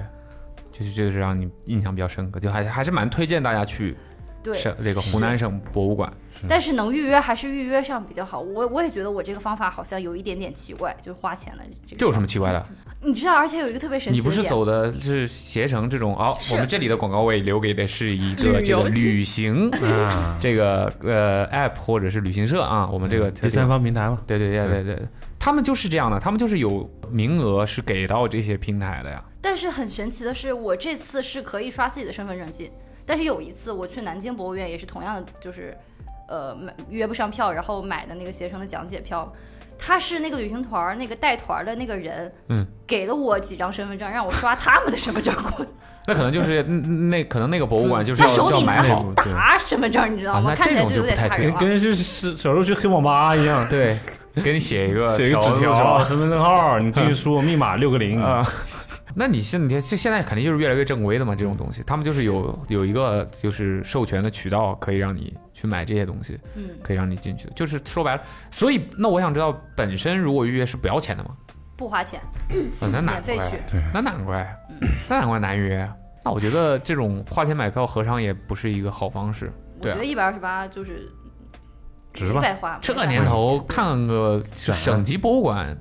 就是这个是让你印象比较深刻，就还还是蛮推荐大家去对，省这个湖南省博物馆。但是能预约还是预约上比较好。我我也觉得我这个方法好像有一点点奇怪，就是花钱的这个。这有什么奇怪的？你知道，而且有一个特别神奇你的不点，是走的是携程这种哦，是我们这里的广告位留给的是一个这个旅行 啊，这个呃 app 或者是旅行社啊，我们这个嗯第三方平台嘛，对对对对对，他们就是这样的，他们就是有名额是给到这些平台的呀。但是很神奇的是，我这次是可以刷自己的身份证进，但是有一次我去南京博物院也是同样的，就是呃买约不上票，然后买的那个携程的讲解票，他是那个旅行团儿那个带团儿的那个人，嗯，给了我几张身份证，让我刷他们的身份证过来，那可 能就是嗯那可能那个博物馆就是他要手要里买拿好好打身份证，你知道啊吗？那看起来这有种就点不太吓对人跟了。跟是是小时候去黑网吧一样， 对，给你写一个写一个条纸子条，啊身份证号，你进去输入密码六个零，啊。那你现你现现在肯定就是越来越正规的嘛，这种东西，他们就是有有一个就是授权的渠道，可以让你去买这些东西，嗯，可以让你进去的。就是说白了，所以那我想知道，本身如果预约是不要钱的嘛？不花钱，嗯啊那难免费去怪，。那难怪，那难怪难约。那我觉得这种花钱买票何尝也不是一个好方式。我对觉啊得一百二十八就是 值吧没白花。这没白花年头钱看个是啊省级博物馆，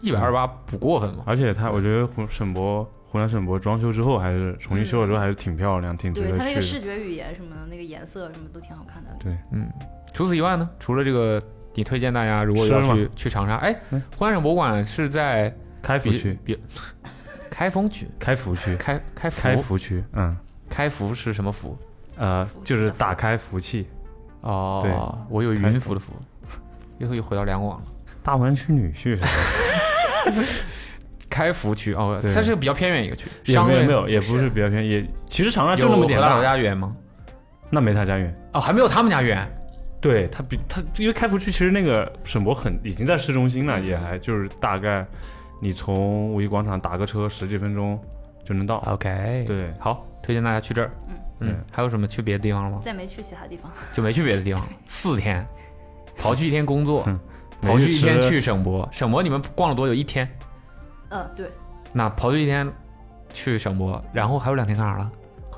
一百二十八不过分嘛？而且它，我觉得湖沈博湖南沈博装修之后还是重新修了之后还是挺漂亮，挺值嗯对得他那个去视的。觉语言什么的，那个颜色什么都挺好看的。除此以外呢，除了这个，你推荐大家如果吃要吗去去长沙，哎嗯，湖南省博物馆是在开福比区，比开封区，开福区，开开福开福区，嗯，开福是什么福？呃福，气就是的打开福气。哦，对我有开云浮的浮，又又回到两广了。大湾区女婿是吧开福区哦，对它是比较偏远一个区，也商没院有没有，也不是比较偏，也其实长沙就那有么回点到老大，家远吗？那没他家远。哦，还没有他们家远。对它比它，因为开福区其实那个沈博很已经在市中心嗯了，也还就是大概你从五一广场打个车十几分钟就能到。啊 OK，，对，好，推荐大家去这儿。嗯嗯，还有什么去别的地方了吗？再没去其他地方。就没去别的地方了，四天，刨去一天工作嗯，刨去一天没去吃去省博，省博你们逛了多久？一天。嗯，对，那刨去一天去省博，然后还有两天干啥了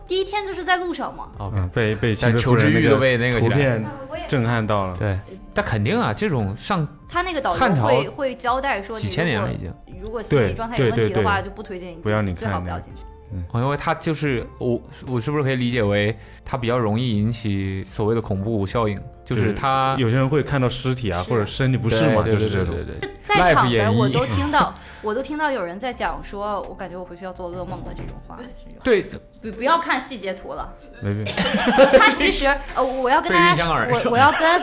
第一天就是在路上嘛， ？OK，、嗯，被被但亲自求夫人知欲那个都被那个图起来啊片我也震撼到了。对，嗯但肯定啊，这种上他那个导汉游朝会会交代说，几千年了已经，如果心理状态有问题的话，就不推荐你进去不要你看最好不要进去。我因为它就是我，我是不是可以理解为它比较容易引起所谓的恐怖效应？就是它有些人会看到尸体啊，是或者身体不适嘛，对就对是这对种对。对对，在 Live 场演的绎我都听 到，我都听到有人在讲说，我感觉我回去要做噩梦了这种话。对不不要看细节图了，没病。他其实呃，我要跟被大人家，想耳我是吧我要跟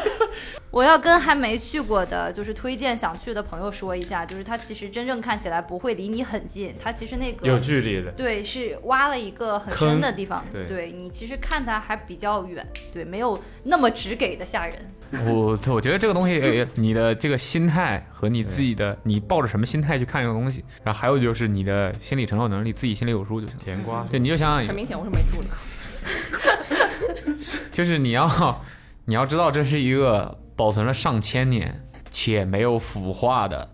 我要跟还没去过的，就是推荐想去的朋友说一下，就是他其实真正看起来不会离你很近，他其实那个有距离的，对，是挖了一个很坑深的地方。对你其实看它还比较远，对，没有那么直给的吓人。我 我觉得这个东 西，呃你的这个心态和你自己的，你抱着什么心态去看这个东西，然后还有就是你的心理承受能力，自己心里有数就行了。甜瓜，对，你就想很想，明显我是没 住的。就是你要 你要知道，这是一个保存了上千年且没有腐化的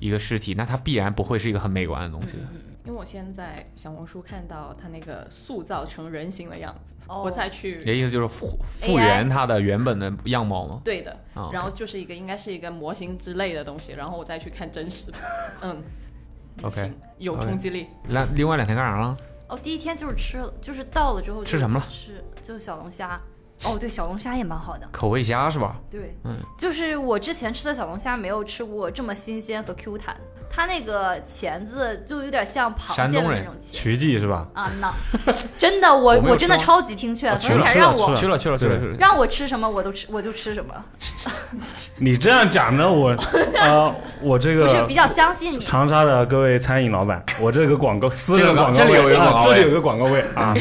一个尸体，那它必然不会是一个很美观的东嗯西。因为我先在小红书看到他那个塑造成人形的样子，哦我再去你的意思就是复复 AI 原它的原本的样貌吗？对的，啊然后就是一个应该是一个模型之类的东西，然后我再去看真实的，嗯 OK 行有 OK 冲击力。那另外两天干啥了？哦，第一天就是吃了，就是到了之后就吃什么了吃就是小龙虾。哦，对，小龙虾也蛮好的。口味虾是吧？对，嗯，就是我之前吃的小龙虾没有吃过这么新鲜和 Q 弹，它那个钳子就有点像螃山蟹东的那人种钳。徐记是吧？啊， 那真的我我没有真的吃哦超级听劝，去所以了才去让了啊我去了去了去了去对了。让我吃什么我都吃我就吃什么，你这样讲 的我，呃，我这啊不是个比较相信你。长沙的各位餐饮老板，我这个广告私这人个广广告这里有一个啊广告这位里有一个广告位 啊，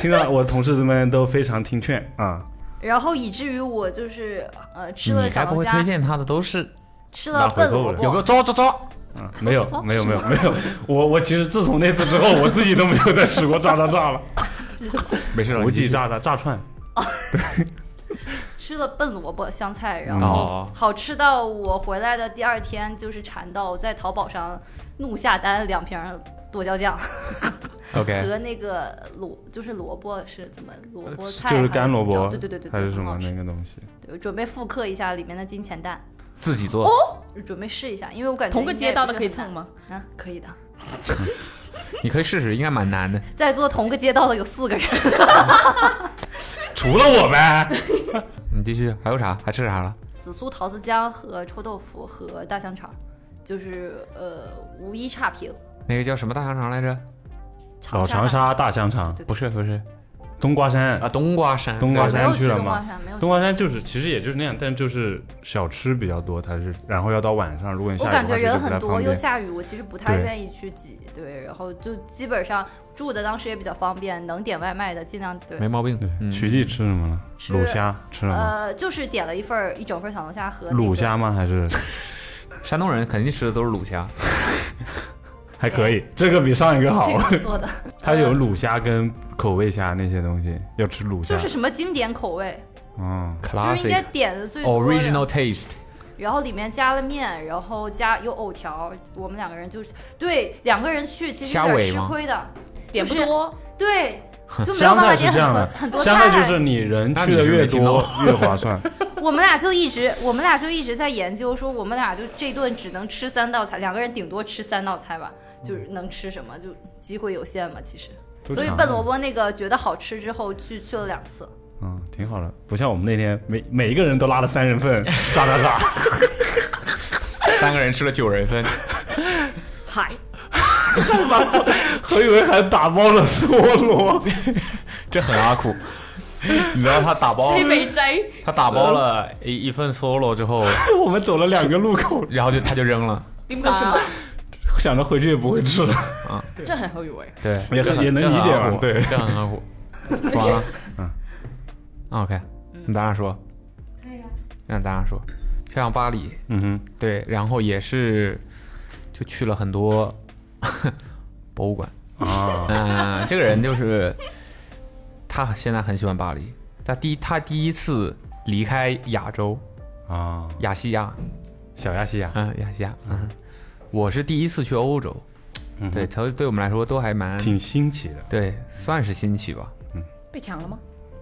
听到我同事们都非常听劝啊，然后以至于我就是呃吃嗯你了该小不龙会推虾，荐他的都是吃了笨萝有卜，个招招招？嗯，没有没有没有没 有，我我其实自从那次之后，我自己都没有再吃过炸炸炸 了，没事了，无你继忌续。炸炸炸串，吃了笨萝卜香菜，然嗯哦后好吃到我回来的第二天就是馋到在淘宝上怒下单两瓶剁椒酱 OK，哎和那个萝就是萝卜是怎么萝卜菜就是干萝还卜，是怎么着对对对对，还是什很么好吃那个东西，对准备复刻一下里面的金钱蛋，自己哦做。准备试一下，因为我感觉同个街道的可以蹭蹭？吗？嗯，可以的。你可以试试，应该蛮难的。在座同个街道的有四个人，除了我 呗，你继续，还有啥？还吃啥了？紫苏桃子姜和臭豆腐和大香肠，就是呃无一差评。那个叫什么大香肠来着？老长沙沙大香肠，不是不是冬瓜山啊，，冬瓜山。冬瓜对山没有去了冬瓜吗山，没有去。冬瓜山就是，其实也就是那样，但就是小吃比较多，它是，然后要到晚上，如果你我下雨感的话，觉其实人不太很方多，又便。下雨，我其实不太对愿意去挤。对，然后就基本上住的当时也比较方便，能点外卖的尽量对没。毛病。对，嗯曲记吃什么了？吃卤虾吃了吗？呃，就是点了一份儿一整份小龙虾和那卤个虾吗？还是山东人肯定吃的都是卤虾。还可以，这个比上一个好这。个做的， 它有卤虾跟口味虾那些东西，要吃卤虾就。是什么经典口味，嗯，就是应该 Classic 哦点的最多的。 original taste。 然后里面加了面，然后加有藕条，我们两个人就是对两个人去其实有虾点尾吃吗亏的，点不就是多，对，就没有香办法菜是点这很样多的很，多菜。香菜就是你人去的越多 越划算。我们俩就一直我们俩就一直在研究说我们俩就这顿只能吃三道菜，两个人顶多吃三道菜吧，就是能吃什么就机会有限嘛，其实。都所以尝笨萝卜那个觉得好吃之后去去了两次，嗯，挺好的，不像我们那天每每一个人都拉了三人份， 炸炸炸。三个人吃了九人份，嗨，何以为还打包了梭罗，这很阿苦。你知道他打包，谁肥贼？他打包了一一份 solo 之后， 我们走了两个路口，然后就他就扔了。宾馆是吗？想着回去也不会吃了。这很何以为？对， 也很这也能这很理解阿吧苦对这很阿苦。完了，嗯，OK，你咱俩说，可以啊。让咱俩说，去趟巴黎，嗯哼，对，然后也是就去了很多 博物馆啊。 嗯，这个人就是他现在很喜欢巴黎。他第一他第一次离开亚洲，啊，亚细亚，小亚细亚，嗯，亚细亚，嗯，我是第一次去欧洲，嗯哼对，他对我们来说都还蛮挺新奇的。对，算是新奇吧。被抢了吗？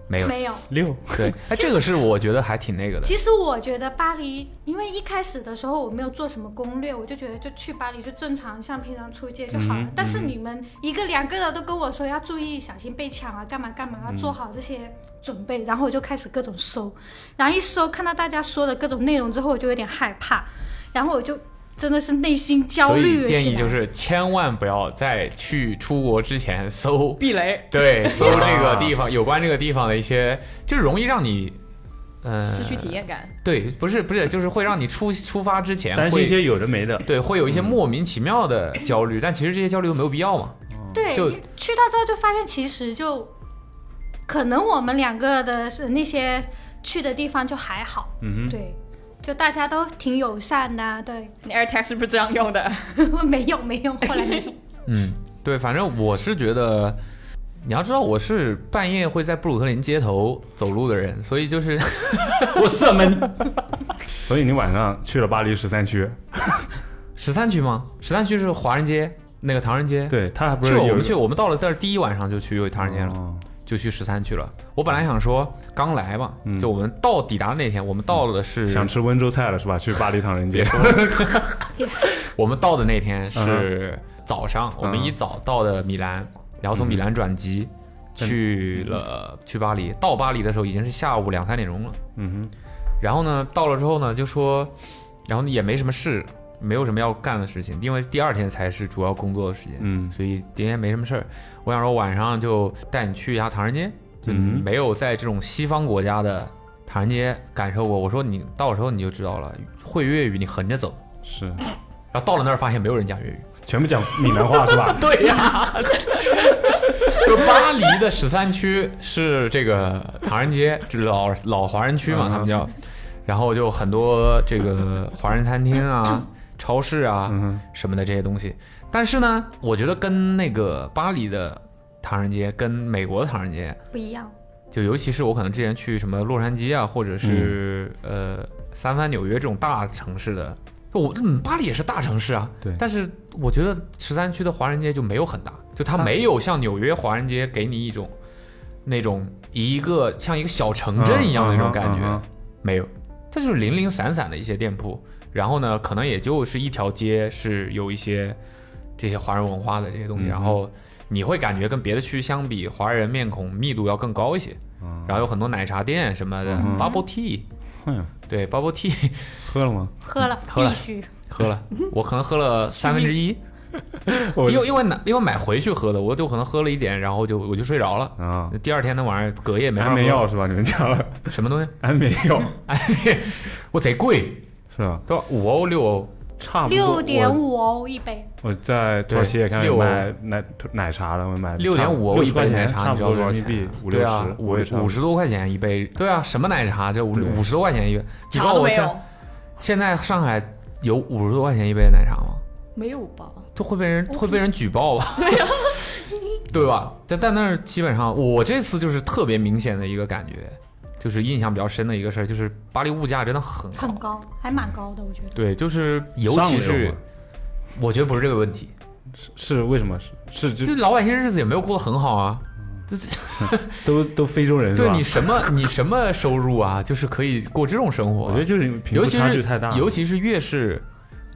没有。没有。六， 对，哎，这个是我觉得还挺那个的。其实我觉得巴黎，因为一开始的时候我没有做什么攻略，我就觉得就去巴黎就正常像平常出街就嗯好了。但是你们一个两个的都跟我说要注意，小心被抢啊，干嘛干嘛，要做嗯好这些准备。然后我就开始各种搜，然后一搜看到大家说的各种内容之后，我就有点害怕，然后我就真的是内心焦所虑以了建议起来。就是千万不要在去出国之前搜避雷，对，搜这个地方有关这个地方的一些，就是容易让你，呃，失去体验感。对，不是不是，就是会让你出出发之前担心一会些有的没的。对会有一些莫名其妙的焦虑，但其实这些焦虑都没有必要嘛。对，就去到之后就发现，其实就可能我们两个的是那些去的地方就还好，嗯对，就大家都挺友善的、啊对， 你 AirTag 是不是这样用的？没有没有，后来 没有嗯，对，反正我是觉得，你要知道我是半夜会在布鲁克林街头走路的人，所以就是 哼，我射门。所以你晚上去了巴黎十三区，十三区吗？十三区是华人街那个唐人街，，对他还不是是我有们去，我们到了这儿第一晚上就去唐人街了。哦就去十三去了。我本来想说刚来嘛，嗯就我们到抵达那天，我们到的是想吃温州菜了是吧？去巴黎唐人 街。我们到的那天是早上，我们嗯一早到的米兰，然后从米兰转机、嗯去了去巴黎。到巴黎的时候已经是下午两三点钟了。嗯然后呢，到了之后呢，就说，然后也没什么事，没有什么要干的事情，因为第二天才是主要工作的时间。嗯所以今天没什么事儿。我想说晚上就带你去一下唐人街，就嗯没有在这种西方国家的唐人街感受过。我说你到时候你就知道了，会粤语你横着走。哼，是，然后到了那儿发现没有人讲粤语。 全部讲闽南话是吧？对呀、 就巴黎的十三区是这个唐人街，就是老老华人区嘛，他们啊叫。然后就很多这个华人餐 厅啊、超市啊嗯什么的这些东西。但是呢，我觉得跟那个巴黎的唐人街跟美国的唐人街，不一样。就尤其是我可能之前去什么洛杉矶啊，或者是、嗯呃三藩、纽约这种大城市的，我嗯巴黎也是大城市啊，对但是我觉得十三区的华人街就没有很大，就它没有像纽约华人街给你一种那种一个像一个小城镇一样的那种感觉，嗯嗯嗯嗯没有，它就是零零散散的一些店铺，然后呢，可能也就是一条街是有一些这些华人文化的这些东西，嗯然后你会感觉跟别的区相比，华人面孔密度要更高一些，嗯然后有很多奶茶店什么的、嗯 b u b b l e tea，哎呀，对 bubble tea 喝了吗？喝了，嗯喝了必须。喝了，我可能喝了三分之一， 我因为因为拿因为买回去喝的，我就可能喝了一点，然后就我就睡着了。啊，第二天的晚上隔夜没法安眠喝药是吧？你们讲了 什么东西？安眠药哎，我贼贵，是吧？对吧？五欧六欧，差啊不多六我点五欧一杯，我在土耳其也看到对有卖奶奶茶了，我买六点五欧六一十块杯奶钱，茶，差你不知道多人多少民钱币啊？五对六啊十，，我也差不五多五十多块钱一杯。对啊，什么奶茶？这五对五十多块钱一杯，你啥告诉都我没现有，现在上海有五十多块钱一杯的奶茶吗？没有吧？就会被人会被人举报吧？对呀，对吧？但但那是基本上，我这次就是特别明显的一个感觉，就是印象比较深的一个事儿，就是巴黎物价真的很高很。高，还蛮高的，我觉得。对，就是尤上其流是嘛我觉得不是这个问题，是为什么？是是就就老百姓日子也没有过得很好啊。都都非洲人是对吧？你什么 你什么收入啊，就是可以过这种生活我啊、觉得就是贫尤富其差是距太大了，尤其是越是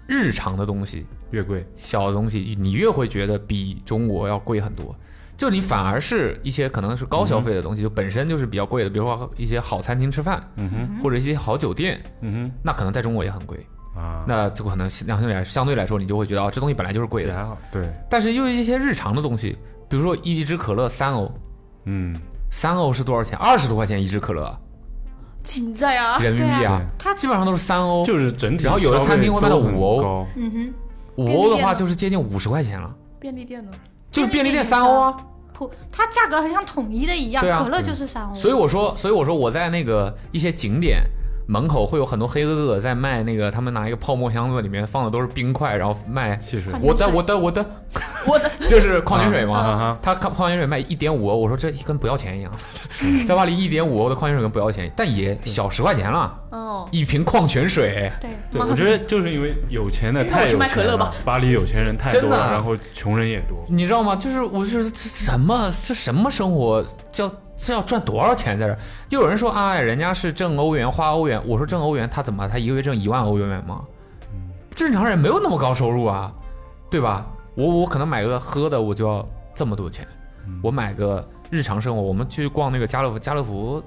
日常的东西、越贵。小的东西，你越会觉得比中国要贵很多。就你反而是一些可能是高消费的东西，就本身就是比较贵的，比如说一些好餐厅吃饭，嗯哼，或者一些好酒店，嗯那可能在中国也很贵。哼啊，那就可能相对来相对来说，你就会觉得啊，这东西本来就是贵也还的。好。对，但是又有一些日常的东西，比如说一支可乐三欧，嗯，三欧是多少钱？二十多块钱一支可乐，请在啊，人民币对啊啊，它基本上都是三欧，哦就是整体。然后有的餐厅会卖到五欧欧，嗯哼，五欧的话就是接近五十块钱了，便利店呢？就是便利店三欧啊。普它价格很像统一的一样，对啊可乐就是三欧。所以我说，所以我说我在那个一些景点门口会有很多黑哥哥在卖那个，他们拿一个泡沫箱子，里面放的都是冰块，然后卖汽水我的我的我的我的 就是矿泉水啊嘛啊，他矿矿泉水卖一点五欧，我说这跟不要钱一样，在巴黎一点五欧的矿泉水跟不要钱，但也小十块钱了，哦，一瓶矿泉水。对，对，我觉得就是因为有钱的那我太去有买可钱乐了吧，巴黎有钱人太多真的啊了，然后穷人也多。你知道吗？就是我就是这什么这什么生活叫是要赚多少钱在这儿？就有人说啊，人家是挣欧元花欧元，我说挣欧元，他怎么他一个月挣一万欧元吗？正常人没有那么高收入啊，对吧？我我可能买个喝的我就要这么多钱，我买个日常生活，我们去逛那个家乐福，家乐福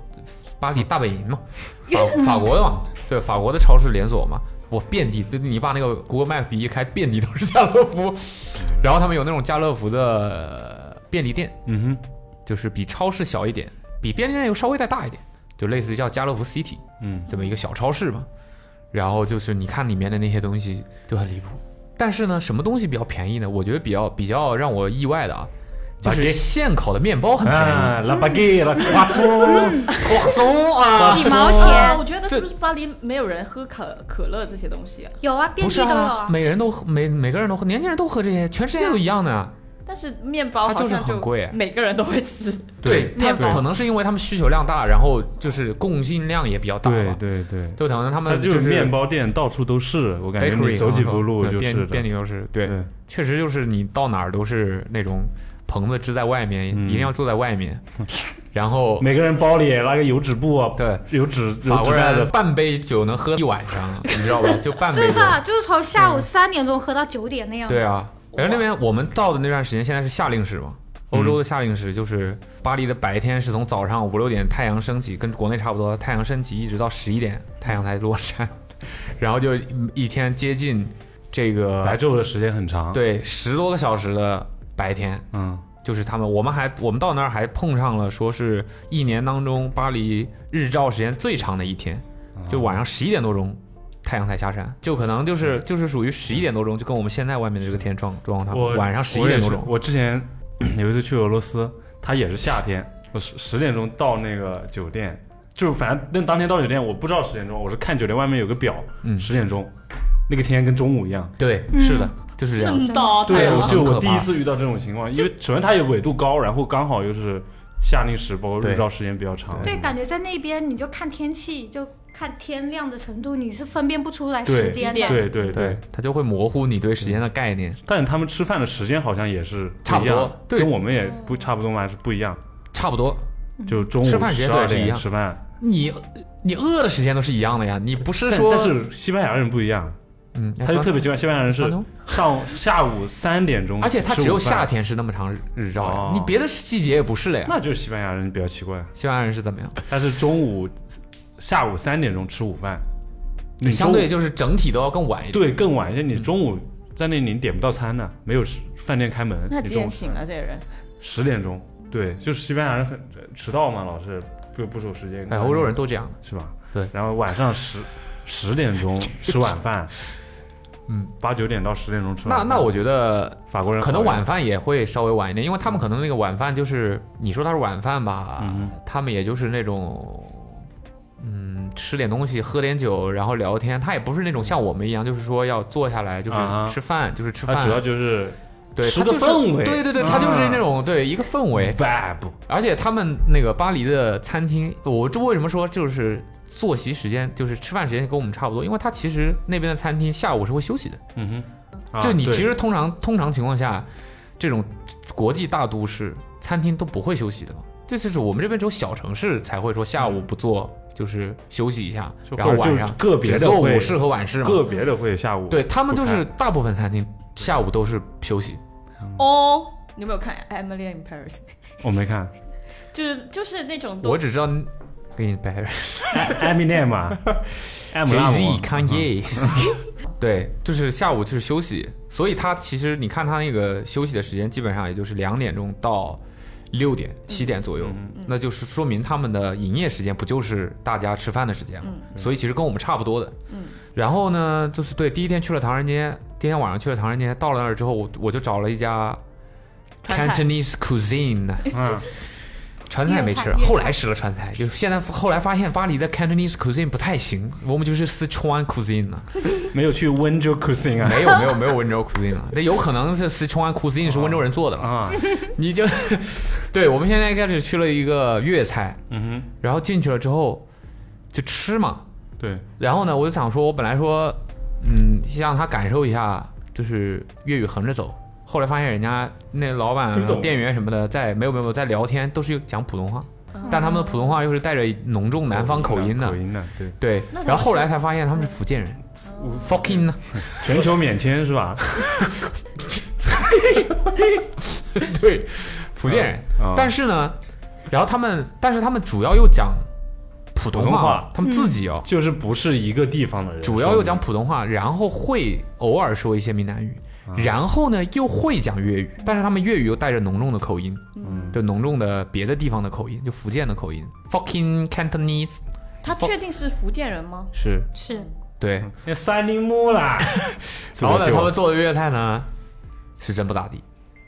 巴黎大本营嘛，法法国的嘛，对，法国的超市连锁嘛，我遍地，就你把那个 Google Map 一开，遍地都是家乐福，然后他们有那种家乐福的便利店，嗯就是比超市小一点，比便利店又稍微再大一点，就类似于叫家乐福 City 哼，嗯这么一个小超市嘛。然后就是你看里面的那些东西就很离谱，但是呢，什么东西比较便宜呢？我觉得比较比较让我意外的啊，就 Baguette 是现烤的面包很便宜，嗯啊，拉巴给拉花松，哇哎松啊！几毛钱啊，我觉得是不是巴黎没有人喝可可乐这些东西啊？有啊，遍不地是都有啊啊，。每人都喝，每每个人都喝，年轻人都喝这些，全世界都一样的啊。但是面包它好就是像很贵啊每个人都会吃。对，他面包可能是因为他们需求量大，然后就是供应量也比较大对吧。对对，就可能他它们就是是面包店到处都是，我感觉 bakery，你走几步路嗯就遍是遍的。地都是。对，对，确实就是你到哪儿都是那种棚子支在外面，嗯一定要坐在外面，然后每个人包里也拉个油纸布啊，对。有纸有法纸国袋人的，半杯酒能喝一晚上，你知道吧？就半杯真酒。的就是从下午三点钟喝到九点那样。嗯对啊，然后那边我们到的那段时间，现在是夏令时嘛。欧洲嗯的夏令时就是巴黎的白天是从早上五六点太阳升起，跟国内差不多，太阳升起一直到十一点太阳才落山， 然后就一天接近这白个昼的时间很长。，对十多个小时的白天，嗯，就是他们我们还我们到那儿还碰上了说是一年当中巴黎日照时间最长的一天，啊就晚上十一点多钟。太阳才下山，就可能嗯就是就是属于十一点多钟，就跟我们现在外面的这个天状状况差不多。我晚上十一我也点多是钟，我之前 有一次去俄罗斯，它也是夏天，我十十点钟到那个酒店，就是反正那当天到酒店，我不知道十点钟，我是看酒店外面有个表，嗯十点钟，那个天跟中午一样。对，嗯是的，就是这样。嗯，到对对，啊我就很可我第一怕次遇到这种情况，因为首先它也纬度高，然后刚好又是夏令时，包括对日照时间比较长。对，感觉在那边你就看天气，就看天亮的程度，你是分辨不出来对时间几的。对对对对，，它就会模糊你对时间的概念。但是他们吃饭的时间好像也是一差不多样对跟我们也嗯不差不多嘛，还是不一样。差不多，就中午嗯吃饭时间十对二是一点样吃饭，你你饿的时间都是一样的呀，你不是但说，但是西班牙人不一样，嗯，他就特别奇怪，西班牙人是传统上下午三点钟，而且它只有夏，天是那么长日日照呀哦，你别的季节也不是了呀。那就是西班牙人比较奇怪，西班牙人是怎么样？他是中午下午三点钟吃午饭，你相中对午就是整体都要更晚一点。对更晚一些，你中午在那里你点不到餐呢，没有食饭店开门，那你几中点午醒了？这个人十点钟，对，就是西班牙人很迟到嘛，老是不不守时间，嗯哎，欧洲人都这样。是吧？对然后晚上 十十点钟吃晚饭，嗯，八九点到十点钟吃晚那饭。那我觉得法国人可能好一点晚饭也会稍微晚一点，因为他们可能那个晚饭就是你说它是晚饭吧，嗯他们也就是那种，嗯，吃点东西，喝点酒，然后聊天，他也不是那种像我们一样，就是说要坐下来就是啊哈吃饭，就是吃它饭主，要就是对，吃他个就是氛围对对对，他就是那种对一个氛围， vibe，而且他们那个巴黎的餐厅，我这为什么说就是作息时间就是吃饭时间跟我们差不多，因为他其实那边的餐厅下午是会休息的。嗯哼，啊就你对其实通常通常情况下，这种国际大都市餐厅都不会休息的嘛，这就是我们这边只有小城市才会说下午不做，就是休息一下就，然后或者晚就上个别只的做会午市和晚市嘛。个别的会下午对他们就不是开大部分餐厅下午都是休息，哦，你有没有看《Emily in Paris》？我没看就是就是那种我都只知道给你掰。 Eminem 嘛 Jay ，Eminem 啊 Z、康耶， 对，就是下午就是休息，所以他其实你看他那个休息的时间，基本上也就是两点钟到六点、七点左右，那就是说明他们的营业时间不就是大家吃饭的时间嘛，所以其实跟我们差不多的。嗯，然后呢，就是对第一天去了唐人街，第一天晚上去了唐人街，到了那儿之后，我我就找了一家川菜 Cantonese cuisine。嗯，川菜没吃粤菜，粤菜后来吃了川菜，就现在后来发现巴黎的 Cantonese cuisine 不太行，我们就是四川 cuisine 了，没有去温州 cuisine 啊没有没有没有温州 cuisine 了，那有可能是四川 cuisine 是温州人做的了，啊，你就，对我们现在开始去了一个粤菜，嗯哼，然后进去了之后就吃嘛，对，然后呢，我就想说，我本来说，嗯，让他感受一下，就是粤语横着走。后来发现人家那老板听不、懂店员什么的在没有没有没有在聊天，都是讲普通话。但他们的普通话又是带着浓重南方口音的哦口。音的，对，对，然后后来才发现他们是福建人。哦 fucking 呢？全球免签是吧？对，福建人。啊 但是呢，然后他们，但是他们主要又讲普通普通话他们自己啊哦，就是不是一个地方的人，主要又讲普通话，然后会偶尔说一些闽南语，嗯然后呢又会讲粤语，但是他们粤语又带着浓重的口音，嗯就浓重的别的地方的口音，就福建的口音，fucking Cantonese 他确定是福建人吗？是是对，那嗯三林木 啦，然后呢，就他们做的粤菜呢是真不咋地，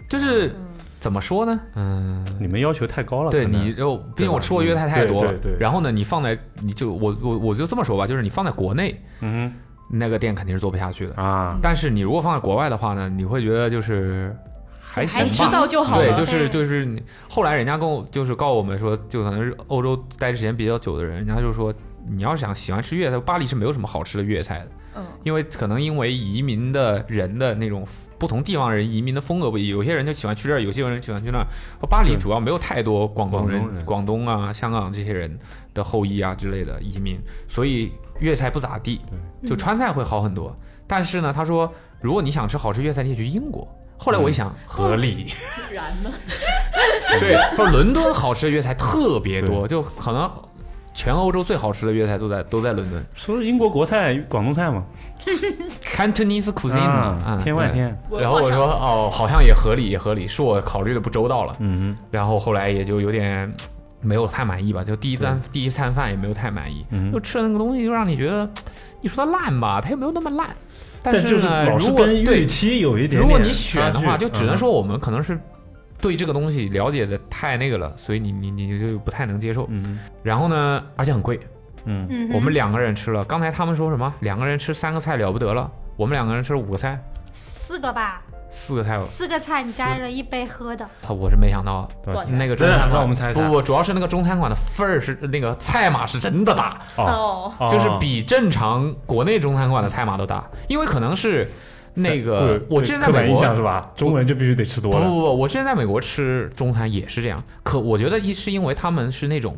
就是怎么说呢，嗯。你们要求太高了，对可能你，就毕竟我吃过粤菜太多了。然后呢，你放在你就我我我就这么说吧，就是你放在国内嗯那个店肯定是做不下去的哼。 啊，但是你如果放在国外的话呢，你会觉得就是还行还吧，知道就好对，了。就是就是你后来人家跟我就是告我们说，就可能是欧洲待时间比较久的人，人家就说你要是想喜欢吃粤菜，巴黎是没有什么好吃的粤菜的，嗯，因为可能因为移民的人的那种不同地方人移民的风格不一，有些人就喜欢去这儿，有些人喜欢去那儿。巴黎主要没有太多广东人、广广东人东啊、香港这些人的后裔啊之类的移民，所以粤菜不咋地，就川菜会好很多。但是呢，他说如果你想吃好吃粤菜，你得去英国。后嗯来我一想，合理，然呢？对，不是伦敦好吃的粤菜特别多，就可能全欧洲最好吃的粤菜都在都在伦敦说是英国国菜、广东菜嘛， ，Cantonese cuisine 啊嗯，天外。天，对然后我说哦，好像也合理，也合理，是我考虑的不周到了。嗯然后后来也就有点嘖没有太满意吧，就第一餐第一餐饭也没有太满意，嗯就吃的那个东西就让你觉得，嘖你说它烂吧，它又没有那么烂，但就是呢，老是如果跟预对，期有一点点如果你选的差话，距嗯就只能说我们可能是对这个东西了解的太那个了，所以你你你就不太能接受。嗯哼然后呢，而且很贵，嗯嗯哼，我们两个人吃了。刚才他们说什么？两个人吃三个菜了不得了，我们两个人吃了五个菜，四个吧，四个菜。四个菜你加了一杯喝的，他我是没想到啊多少那个中真的餐那馆，我们猜一不猜不，主要是那个中餐馆的份儿是那个菜码是真的大，哦，哦，哦就是比正常国内中餐馆的菜码都大，因为可能是那个对我之前在刻板美印国象是吧？中国人就必须得吃多不不了，不，我之前在美国吃中餐也是这样，可我觉得一是因为他们是那种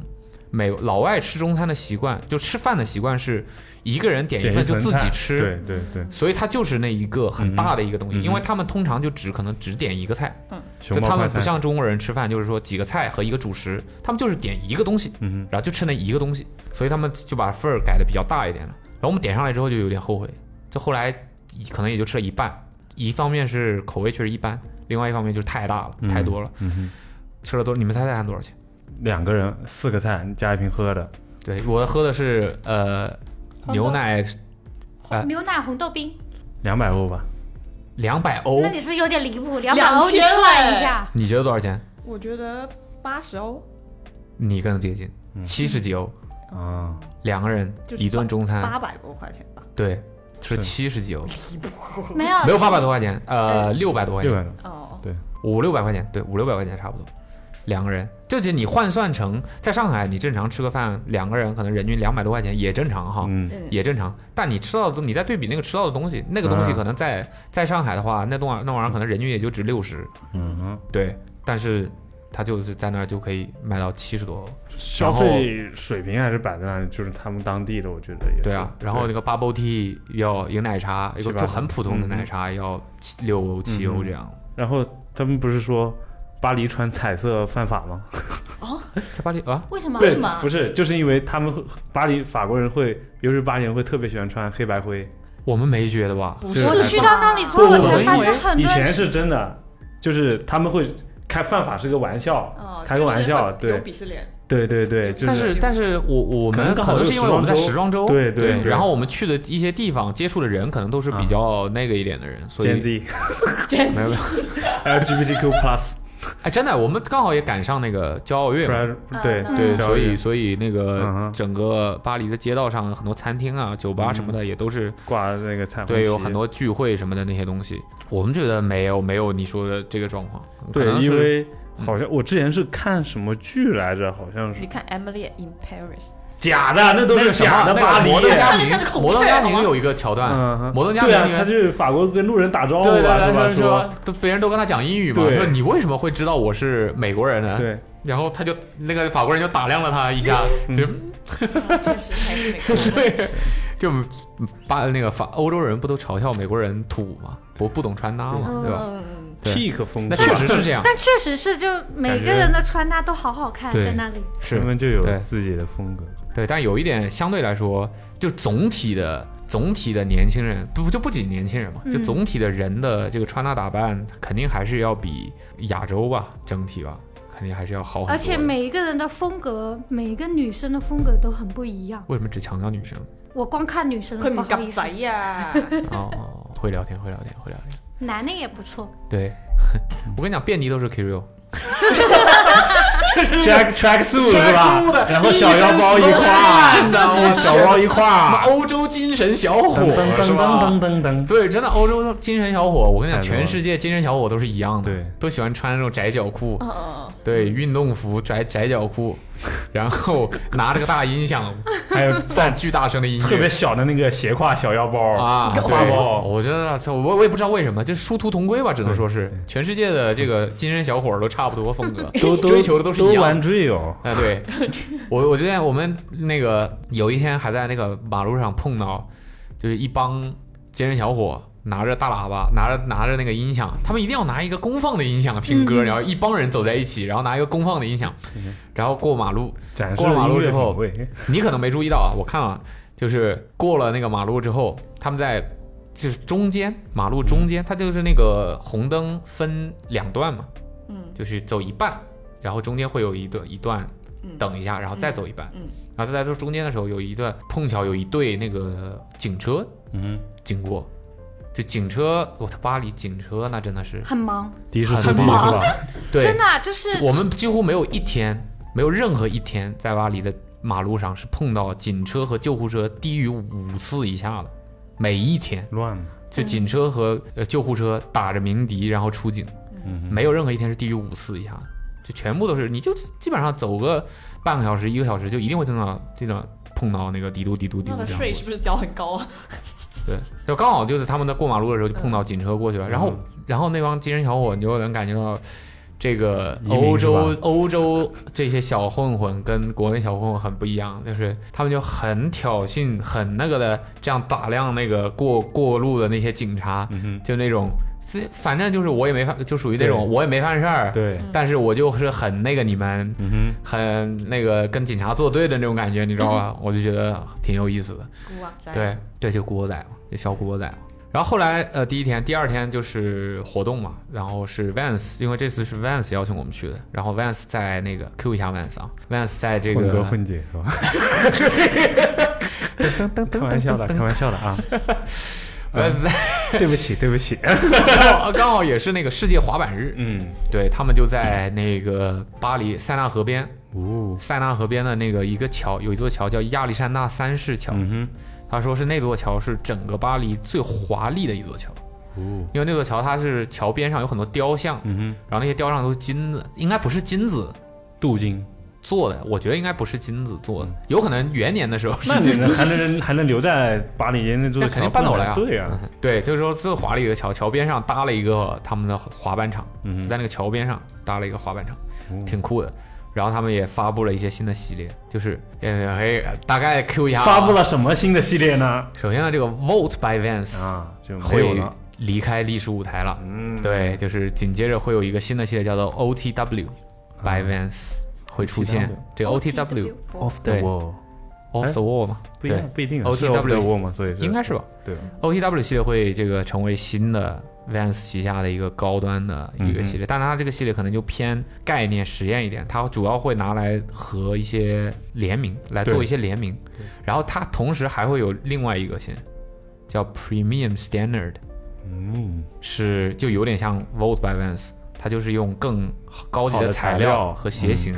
美老外吃中餐的习惯，就吃饭的习惯是一个人点一点份就份自己菜吃，对对对，所以它就是那一个很大的一个东西，嗯嗯因为他们通常就只可能只点一个菜，就熊猫他快们不餐像中国人吃饭，就是说几个菜和一个主食，他们就是点一个东西，嗯哼然后就吃那一个东西，所以他们就把份儿改的比较大一点了。然后我们点上来之后就有点后悔，就后来可能也就吃了一半，一方面是口味确实一般，另外一方面就是太大了，嗯太多了，嗯哼。吃了多，你们猜猜看多少钱？两个人四个菜加一瓶喝的，对我喝的是呃豆牛奶哎牛奶红豆冰，两百欧吧，两百欧那，你是不是有点离谱？两两百欧你千算嘞一 下，你觉得多少钱？我觉得八十欧，你更接近，七十几欧，啊，两个人就是一顿中餐，八百多块钱吧。对，是是七十几欧，没啊有没有八百多块钱，呃，六百多块钱六，百多，哦，五六百块钱，对，五六百块钱差不多，两个人，就这你换算成在上海，你正常吃个饭，两个人可能人均两百多块钱也正常哈，嗯，嗯也正常。但你吃到的东，你再对比那个吃到的东西，那个东西嗯可能在、在上海的话，那东那玩意儿可能人均也就值六十，嗯哼，对，但是它就是在那儿就可以卖到七十多欧，消费水平还是摆在那里，就是他们当地的，我觉得也是对啊，然后那对个 bubble tea 要一个奶茶，一个七八十就很普通的嗯嗯嗯奶茶要七六欧七欧这样，然后他们不是说巴黎穿彩色犯法吗？在巴黎啊，为什么？对为什么不是，就是因为他们会巴黎法国人会，尤其是巴黎人会特别喜欢穿黑白灰，我们没觉得吧？不是我去到那里之后，我才发现很以多前人是真的，就是他们会开犯法是个玩笑，哦，开个玩笑，就是会有对鄙视链，对对对，就但是是，但是我我可能们刚好可能就是因为我们在时时装装周，对对对啊然后我们去的一些地方接触的人，可能都是比较那个一点的人，所以 Gen Z 没有没有， LGBTQ plus 哎，真的，我们刚好也赶上那个骄傲月嘛，啊对对，骄傲啊所以月所以那嗯个哼整个巴黎的街道上很多餐厅啊、酒吧什么嗯的也都是挂那个彩虹旗，对，有很多聚会什么的那些东西，我们觉得没有没有你说的这个状况，可对，能是因为好像我之前是看什么剧来着，好像是你看 Emily in Paris，假的，那都那是个什么假的那个巴黎。摩登家看着像个庭，孔摩登雀家好吗庭有一个桥段嗯，哼，摩登家对庭啊里，面他去法国跟路人打招呼对对哦吧，对，是吧？就是说，都别人都跟他讲英语嘛，对说你为什么会知道我是美国人呢？对，然后他就那个法国人就打量了他一下，就嗯确实还是美国人。对，就把那个法欧洲人不都嘲笑美国人土嘛，不不懂穿搭嘛，对吧？嗯，对 peak 风那格，确实是这样，但确实是，就每感个觉人的穿搭都好好看，对在那里。是他们就有对自己的风格。对，但有一点相对来说，就总体的总体的年轻人，不就不仅年轻人嘛，就嗯总体的人的这个穿搭打扮，肯定还是要比亚洲吧，整体吧，肯定还是要好很多的。而且每一个人的风格，每一个女生的风格都很不一样。为什么只强调女生？我光看女生了，佢不唔好意及思仔，啊！哦，会聊天，会聊天，会聊天。男的也不错。 对，我跟你讲，遍地都是 Q ，track track suit 是吧？然后小腰包一挎， 小包一挎，欧洲精神小伙噔噔是噔吧？噔噔噔噔，对，真的欧洲精神小伙，我跟你讲，太多了全世界精神小伙都是一样的，对，都喜欢穿那种窄脚裤，嗯嗯对，运动服窄窄脚裤，然后拿着个大音响，还有放巨大声的音乐，特别小的那个斜挎小腰包啊，对挎包，我觉得这我我也不知道为什么，就是殊途同归吧，只能说是全世界的这个精神小伙儿都差不多风格，都都追求的都是一都样的玩 drill，哎，对，我我之前我们那个有一天还在那个马路上碰到，就是一帮健身小伙拿着大喇叭，拿着拿着那个音响，他们一定要拿一个公放的音响听歌，然后一帮人走在一起，然后拿一个公放的音响，然后过马路。展示过了马路音乐之后品味。你可能没注意到啊，我看啊，就是过了那个马路之后，他们在就是中间马路中间，它就是那个红灯分两段嘛，嗯就是走一半，然后中间会有一段一段嗯，等一下，然后再走一半。嗯嗯然后在这中间的时候，有一段碰巧有一队那个警车嗯，经过，就警车，我操，巴黎警车那真的是，很忙，的士司很机是忙吧？对，真的啊、就是我们几乎没有一天，没有任何一天在巴黎的马路上是碰到警车和救护车低于五次以下的，每一天乱了，就警车和呃救护车打着鸣笛然后出警，嗯，没有任何一天是低于五次以下的，就全部都是，你就基本上走个半个小时一个小时就一定会听到这种碰到那个嘀嘟嘀嘟嘀那嘟个这样税是不是交很高啊？对，就刚好就是他们在过马路的时候就碰到警车过去嗯了，然后然后那帮精神小伙你就能感觉到。这个移民欧洲是吧欧洲这些小混混跟国内小混混很不一样，就是他们就很挑衅、很那个的，这样打量那个过过路的那些警察，嗯哼，就那种，这反正就是我也没犯，就属于那种对我也没犯事儿，对，但是我就是很那个你们，嗯哼。很那个跟警察作对的那种感觉，你知道吧？我就觉得挺有意思的。古惑仔，对对，就古惑仔嘛，就小古惑仔嘛。然后后来呃，第一天、第二天就是活动嘛，然后是 Vans，因为这次是 Vans 邀请我们去的，然后 Vans 在那个 Q 一下 Vans 啊，Vans 在这个混哥 混姐是吧？开玩笑的，开玩笑的啊！ Vans 在对不起，对不起。刚好刚好也是那个世界滑板日，嗯，对他们就在那个巴黎塞纳河边，哦，塞纳河边的那个一个桥，有一座桥叫亚历山大三世桥，嗯他说是那座桥是整个巴黎最华丽的一座桥，哼，哦，因为那座桥它是桥边上有很多雕像，嗯然后那些雕像都是金子，应该不是金子哼，镀金。做的，我觉得应该不是金子做的，有可能元年的时候 嗯是那你金子。能还能还能留在巴黎那座那桥？肯定搬走了呀对呀，对，就是说最华丽的桥，桥边上搭了一个他们的滑板场，嗯就哼在那个桥边上搭了一个滑板场，哦挺酷的。然后他们也发布了一些新的系列，就是呃，嘿，大概 Q 一下啊发布。了什么新的系列 呢？首先呢，这个 Volt by Vans、啊，就没有会了。离开历史舞台了。嗯，对，就是紧接着会有一个新的系列叫做 OTW 啊 by Vans、会出现 OTW。这个 OTW ，off the 对 wall， off the wall 嘛，不一定，不一定啊 OTW 是 off the wall 嘛，所以应该是吧？对吧？ OTW 系列会这个成为新的 Vans 旗下的一个高端的一个系嗯列，但它这个系列可能就偏概念实验一点，它主要会拿来和一些联名来做对一些联名，然后它同时还会有另外一个线叫 Premium Standard，嗯，是就有点像 Volt by Vans，它就是用更高级好的材材料嗯和鞋型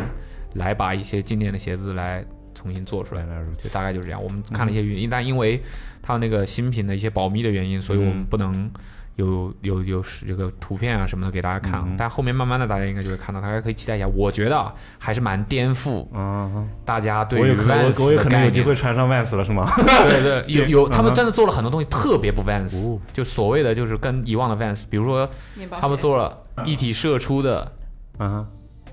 来把一些经典的鞋子来重新做出来原。来如就此。大概就是这样。我们看了一嗯些原因，但因为它那个新品的一些保密的原因，所以嗯我们不能有有有是这个图片啊什么的给大家看啊。嗯但后面慢慢的大家应该就会看到，大家可以期待一下。我觉得啊还是蛮颠覆啊，大家对我于有可能 Vans 我我有的可能概有机会念。穿上 Vans 了是 吗？ 对对，有有他们嗯真的做了很多东西特别不 Vans，哦 就所谓的就是跟以往的 Vans，比如说面包他们鞋做了一体射出的啊，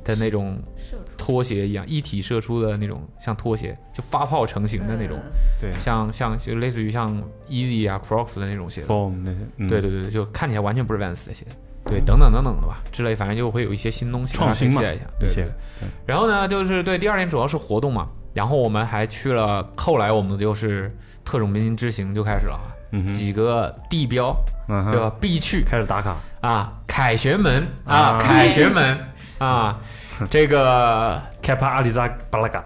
的那种射出拖鞋一样，一体射出的那种，像拖鞋，就发泡成型的那种，嗯对像像就类似于像 Easy 啊 Crocs 的那种鞋子。 ，form 那些，嗯对对对，对就看起来完全不是 Vans 的鞋，对，等等等等的吧，之类，反正就会有一些新东西，创新大嘛家可以期待一下，对一些对对。然后呢，就是对第二天主要是活动嘛，然后我们还去了，后来我们就是特种兵之行就开始了啊，嗯哼几个地标嗯对啊哼，吧，必去开始打卡，啊，凯旋门啊啊，凯旋门啊，这个开帕阿里扎巴拉嘎，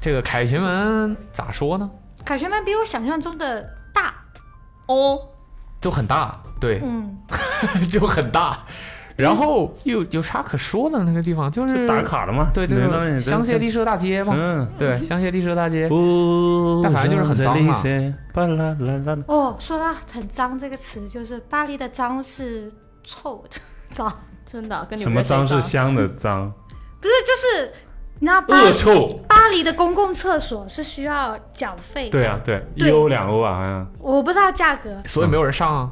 这个凯旋门咋说呢？凯旋门比我想象中的大，哦，就很大，对，嗯， 就很大。然后又有啥可说的那个地方，就就是打卡了嘛，嗯对，就能让是你香榭丽舍大街嘛，嗯，对，香榭丽舍大街，不，哎但反正就是很脏嘛巴拉拉拉拉，哦，说到很脏这个词，就是巴黎的脏是臭的 脏，真的跟你什么脏是香的脏，不是就是你知道巴恶臭，巴黎的公共厕所是需要缴费，对，啊，对，一对欧两欧啊，好像我不知道价格，所以没有人上啊，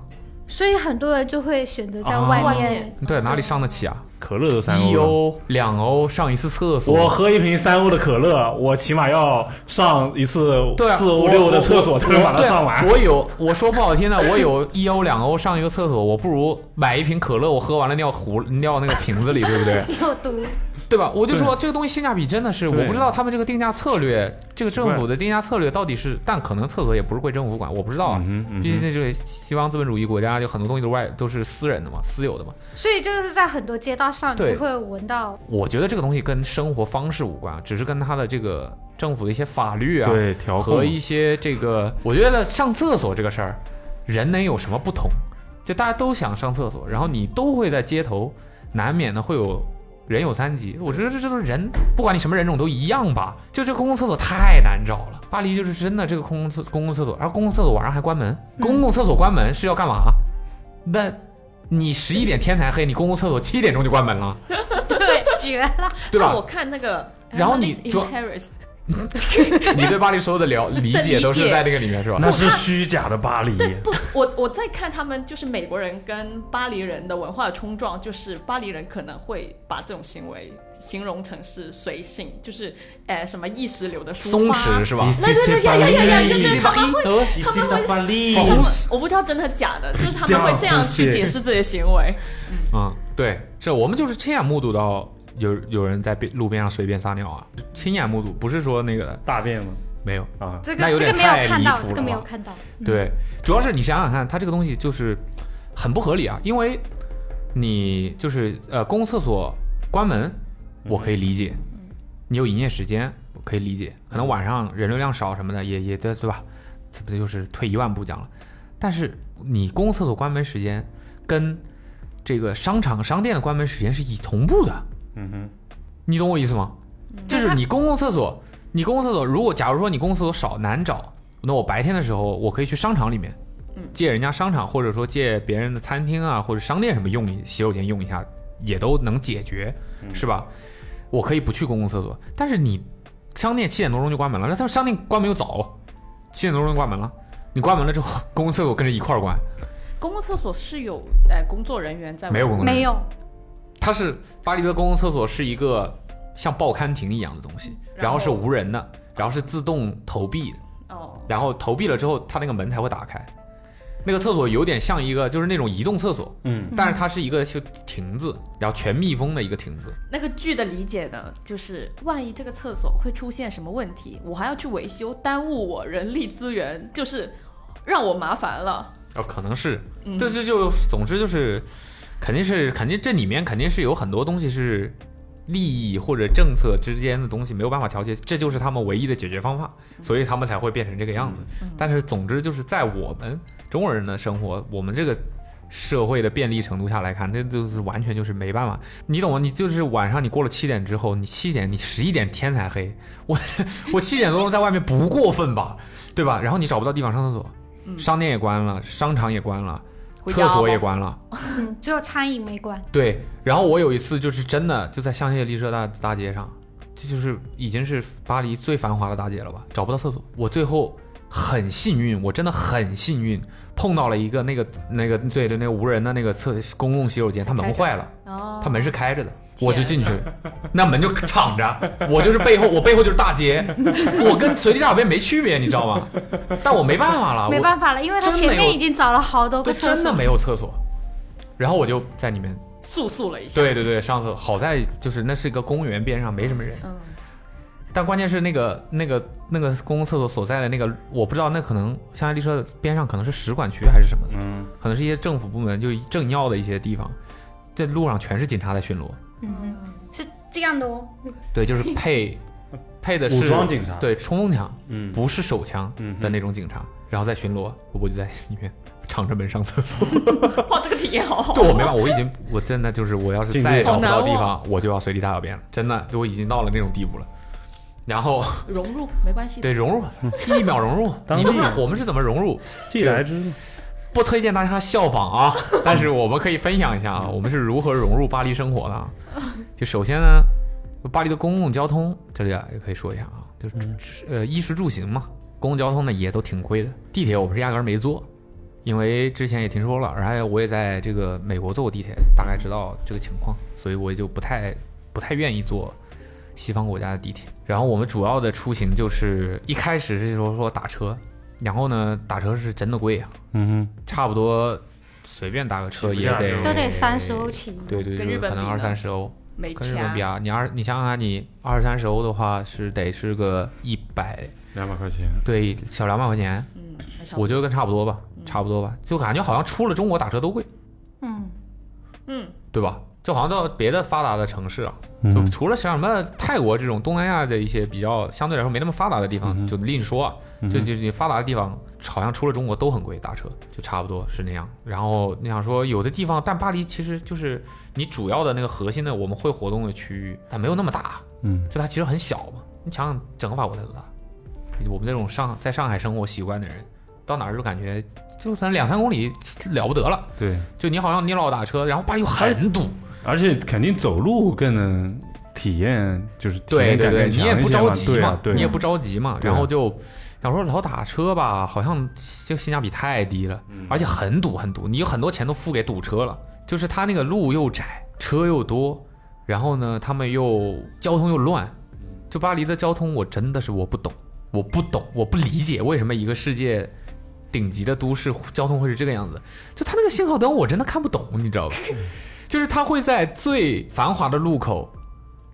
所以很多人就会选择在啊外外面面。对，哪里上得起啊？可乐都三一欧了。欧、两欧上一次厕我所，喝一瓶三欧的可乐，我起码要上一次对啊，四欧我六欧我的厕所我才能把它对啊上完。我有， 我说不好听的，我有一欧、两欧上一个厕所，我不如买一瓶可乐，我喝完了尿壶尿那个瓶子里，对不对？ 有毒，对吧？我就说这个东西性价比真的是，对我不知道他们这个定价策略，这个政府的定价策略到底是，但可能厕所也不是归政府管，我不知道啊。嗯哼嗯毕竟这个西方资本主义国家，就很多东西都外都是私人的嘛，私有的嘛。所以就是在很多街道上对你会闻到我觉得这个东西跟生活方式无关，啊只是跟他的这个政府的一些法律啊，对调控和一些这个，我觉得上厕所这个事儿，人能有什么不同？就大家都想上厕所，然后你都会在街头，难免的会有人有三急。我觉得这这都是人，不管你什么人种都一样吧。就这公共厕所太难找了，巴黎就是真的这个公共厕公共厕所，而公共厕所晚上还关门，公共厕所关门是要干嘛？那你十一点天才黑，你公共厕所七点钟就关门了，对，绝了！对吧？那哦我看那个，然后你 Emily in 装 Paris，你对巴黎所有的 了理解都是在这个里面是吧？那是虚假的巴黎，不，我我在看他们就是美国人跟巴黎人的文化冲撞，就是巴黎人可能会把这种行为形容成是随性，就是呃什么意识流的抒松发弛是吧？那对对呀呀呀呀，就是他们会，他们会巴黎他们我不知道真的假的，就是他们会这样去解释自己的行为。嗯，对，这我们就是亲眼目睹到有有人在边路边上随便撒尿啊，亲眼目睹，不是说那个大便吗？没有。啊，这那个有点这个没有太看离到谱，这个了没有吧看到。对，主要是你想想看，它这个东西就是很不合理啊，因为你就是呃公共厕所关门，我可以理解，你有营业时间，我可以理解，可能晚上人流量少什么的，也也对对吧？这不就是退一万步讲了？但是你公共厕所关门时间跟这个商场商店的关门时间是一同步的，嗯哼，你懂我意思吗？就是你公共厕所，你公共厕所，如果假如说你公共厕所少难找，那我白天的时候我可以去商场里面，借人家商场或者说借别人的餐厅啊或者商店什么用一洗手间用一下，也都能解决，是吧？我可以不去公共厕所，但是你商店七点多钟就关门了，那他们商店关门又早，哦七点多钟就关门了，你关门了之后，公共厕所跟着一块儿关，公共厕所是有呃工作人员在没有工作人没员有，它是巴黎的公共厕所是一个像报刊亭一样的东西，然然后后是无人的，然后是自动投币的，哦，然后投币了之后，它那个门才会打开。那个厕所有点像一个就是那种移动厕所，嗯，但是它是一个就亭子，然后全密封的一个亭子。那个剧的理解呢，就是万一这个厕所会出现什么问题，我还要去维修，耽误我人力资源，就是让我麻烦了。哦，可能是，嗯对，这就总之就是，肯定是肯定这里面肯定是有很多东西是利益或者政策之间的东西没有办法调节，这就是他们唯一的解决方法，嗯所以他们才会变成这个样子。但是总之就是在我们中国人的生活，我们这个。社会的便利程度下来看，那就是完全就是没办法，你懂吗？你就是晚上你过了七点之后，你七点你十一点天才黑， 我我七点多钟在外面不过分吧，对吧？然后你找不到地方上厕所，商店也关了，商场也关了，嗯回家厕所吧也关了。嗯，只有餐饮没关。对，然后我有一次就是真的就在香榭丽舍大大街上，这就是已经是巴黎最繁华的大街了吧，找不到厕所。我最后很幸运，我真的很幸运碰到了一 个那个那个对对那个无人的那个厕公共洗手间，它门坏了，哦它门是开着的，我就进去，那门就敞着，我就是背后，我背后就是大 街，我跟随地大小便没区别，你知道吗？但我没办法了，没我办法了，因为他真前没有面已经找了好多对，个厕真的所，没有厕所。然后我就在里面，速速了一下。对对对，上厕所。好在就是那是一个公园边上，没什么人。嗯，但关键是那个那个那个公共厕所所在的那个，我不知道那可能香山丽舍边上可能是使馆区还是什么的，嗯，可能是一些政府部门就是政要的一些地方，这路上全是警察在巡逻。是这样的哦。对，就是 配配的是武装警察对，冲锋枪，嗯不是手枪嗯哼的那种警察，然后再巡逻，我就在里面 敞着门上厕所。哇，这个体验好好。对，我没办法，我已经我真的就是我要是进入再找不好难哦到地忘方，我就要随地大小便了，真的，我已经到了那种地步了。然后融入没啊关系的。对融 入一秒融入，当你地们人我们是怎么融入？既来之，不推荐大家效仿啊，但是我们可以分享一下啊，我们是如何融入巴黎生活的啊。就首先呢，巴黎的公共交通，这里啊也可以说一下啊，就是、呃衣食住行嘛，公共交通呢也都挺贵的。地铁我们是压根儿没坐，因为之前也听说了，然后我也在这个美国坐过地铁，大概知道这个情况，所以我也就不太不太愿意坐西方国家的地铁。然后我们主要的出行就是一开始是说说打车，然后呢打车是真的贵啊。嗯差不多随便打个车也起步得价都得三十欧，起，对对，跟就是日本可能比二呢三十欧，没跟日本比掐啊，你二你想想看，你二三十欧的话是得是个一百，哼，两百块钱，对，小两百块钱，嗯，还差不多嗯我觉得跟差不多吧，差不多吧，就感觉好像出了中国打车都贵，嗯，嗯，对吧？就好像到别的发达的城市啊，就嗯除了像什么泰国这种东南亚的一些比较相对来说没那么发达的地方，嗯哼就另说啊。嗯就就你发达的地方，好像除了中国都很贵，打车就差不多是那样。然后你想说有的地方，但巴黎其实就是你主要的那个核心的我们会活动的区域，它没有那么大，嗯就它其实很小嘛。你想想整个法国才多大？我们这种上在上海生活习惯的人，到哪儿就感觉就算两三公里了不得了。对，就你好像你老打车，然后巴黎又很堵，而且肯定走路更能体验，就是体对验对感对，更你强也一不些着嘛，急对嘛，啊对啊，你也不着急嘛，对啊然后就想说老打车吧，好像就性价比太低了，而且很堵很堵，你有很多钱都付给堵车了，就是它那个路又窄，车又多，然后呢，他们又交通又乱，就巴黎的交通我真的是我不懂，我不懂，我不理解为什么一个世界。顶级的都市交通会是这个样子，就它那个信号灯我真的看不懂，你知道吧？就是它会在最繁华的路口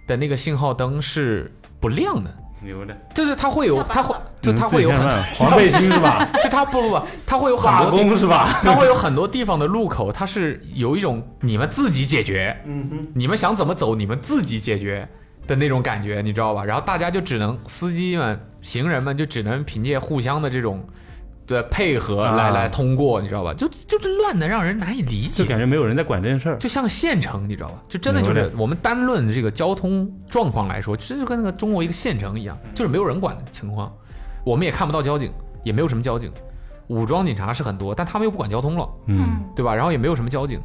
的那个信号灯是不亮的，牛的，就是它会有，下班它会了就它会有很嗯自己 看吧黄背心是 吧？就它不不不，它会有很打多地，工是 吧？它会有很多地方的路口，它是有一种你们自己解决，嗯哼，你们想怎么走，你们自己解决的那种感觉，你知道吧？然后大家就只能司机们、行人们就只能凭借互相的这种的配合啊来、来通过，你知道吧？就就是乱的让人难以理就解。感觉没有人在管这件事儿，就像个县城，你知道吧？就真的就明是白我们单论这个交通状况来说，真就跟那个中国一个县城一样，就是没有人管的情况。我们也看不到交警，也没有什么交警，武装警察是很多，但他们又不管交通了，嗯，对吧？然后也没有什么交警，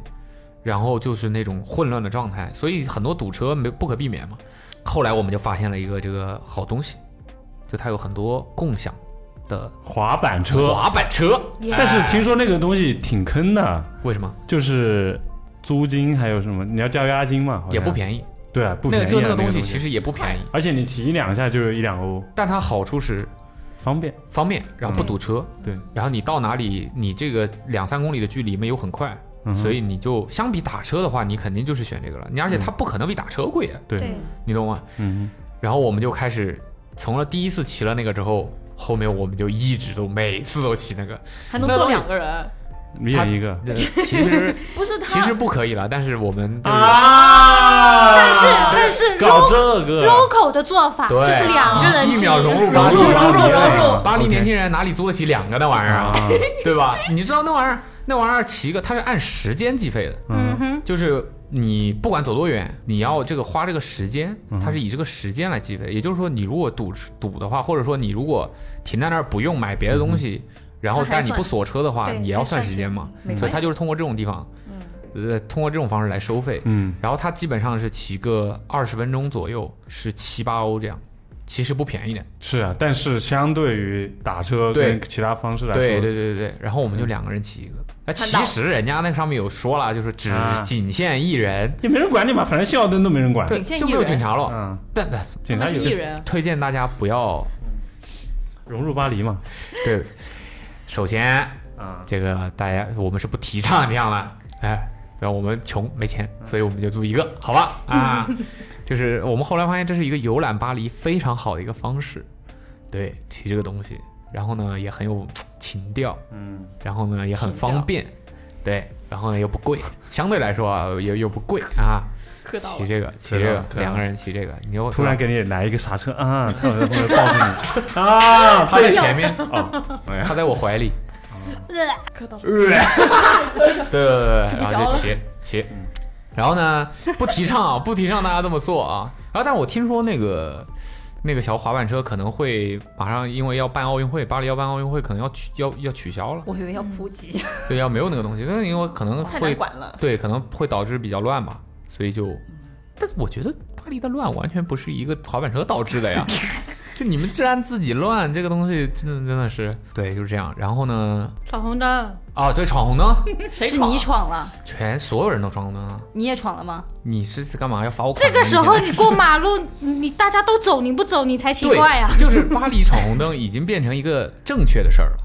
然后就是那种混乱的状态，所以很多堵车没不可避免嘛。后来我们就发现了一个这个好东西，就它有很多共享的滑板车，滑板车，但是哎听说那个东西挺坑的，为什么就是租金还有什么，你要交押金嘛，好像也不便宜？对啊，不那便宜个啊，就那个个东西西其实也不便宜，而且你提两下就是一两欧，但它好处是方便。方便，然后不堵车，嗯对，然后你到哪里，你这个两三公里的距离没有很快，嗯哼嗯所以你就相比打车的话，你肯定就是选这个了。你而且它不可能比打车贵啊，对，对，你懂吗？嗯然后我们就开始，从了第一次骑了那个之后，后面我们就一直都每次都骑那个。还能那坐东西两个人，哼，一人一个，呃其实 不是他其实不可以了，但是我们就是啊但是但是搞 local 这个 local 的做法对啊就是两个人一起，秒融入巴黎，融入融入融入巴黎年轻人哪里租得起两个那玩意儿啊？啊，对吧？你知道那玩意儿那玩意儿骑个，它是按时间计费的。嗯 嗯，哼，就是你不管走多远，你要这个花这个时间，嗯它是以这个时间来计费。也就是说，你如果堵堵的话，或者说你如果停在那儿不用买别的东西，嗯然后那还但你不算嗯锁车的话，对也要算时间嘛。没所关以系它就是通过这种地方，呃，通过这种方式来收费。嗯，然后它基本上是骑个二十分钟左右，是七八欧这样。其实不便宜的。是啊，但是相对于打车对跟其他方式来说，嗯对对对对对，然后我们就两个人骑一个。哎，其实人家那上面有说了，就是只啊仅限一人，也没人管你嘛，反正信号灯都没人管。仅限就一没有警人，察了。嗯，但但警他察们是也艺是人，推荐大家不要融入巴黎嘛。对。首先，啊，这个大家我们是不提倡这样的，哎，对，我们穷没钱，所以我们就租一个，好吧？啊，就是我们后来发现这是一个游览巴黎非常好的一个方式，对，骑这个东西，然后呢也很有情调，嗯，然后呢也很情调方便，对，然后呢又不贵，相对来说啊又又不贵啊，磕到骑了。这个骑知这道个了知道两个了人骑这个，你又突然给你来一个刹车啊，差点在后面抱住 你啊，他在前面，哦，哎呀他在我怀里，磕到了，对对对对，你然着后了就骑骑，然后 呢，不提倡啊，不提倡大家这么做啊。然后，但我听说那个那个小滑板车可能会马上因为要办奥运会，巴黎要办奥运会，可能要取要要取消了，我以为要普及，对，要没有那个东西，但是因为可能太难会管了。对，可能会导致比较乱吧，所以就，但我觉得巴黎的乱完全不是一个滑板车导致的 呀，就你们治安自己乱，这个东西真的真的是对，就是这样。然后呢，闯红灯，啊，对，闯红灯，谁是闯你啊？闯了，全所有人都闯红灯啊，你也闯了吗？你是干嘛要罚我款这呢？个时候现在你过马路， 你大家都走，你不走你才奇对怪啊！就是巴黎闯红灯已经变成一个正确的事儿了，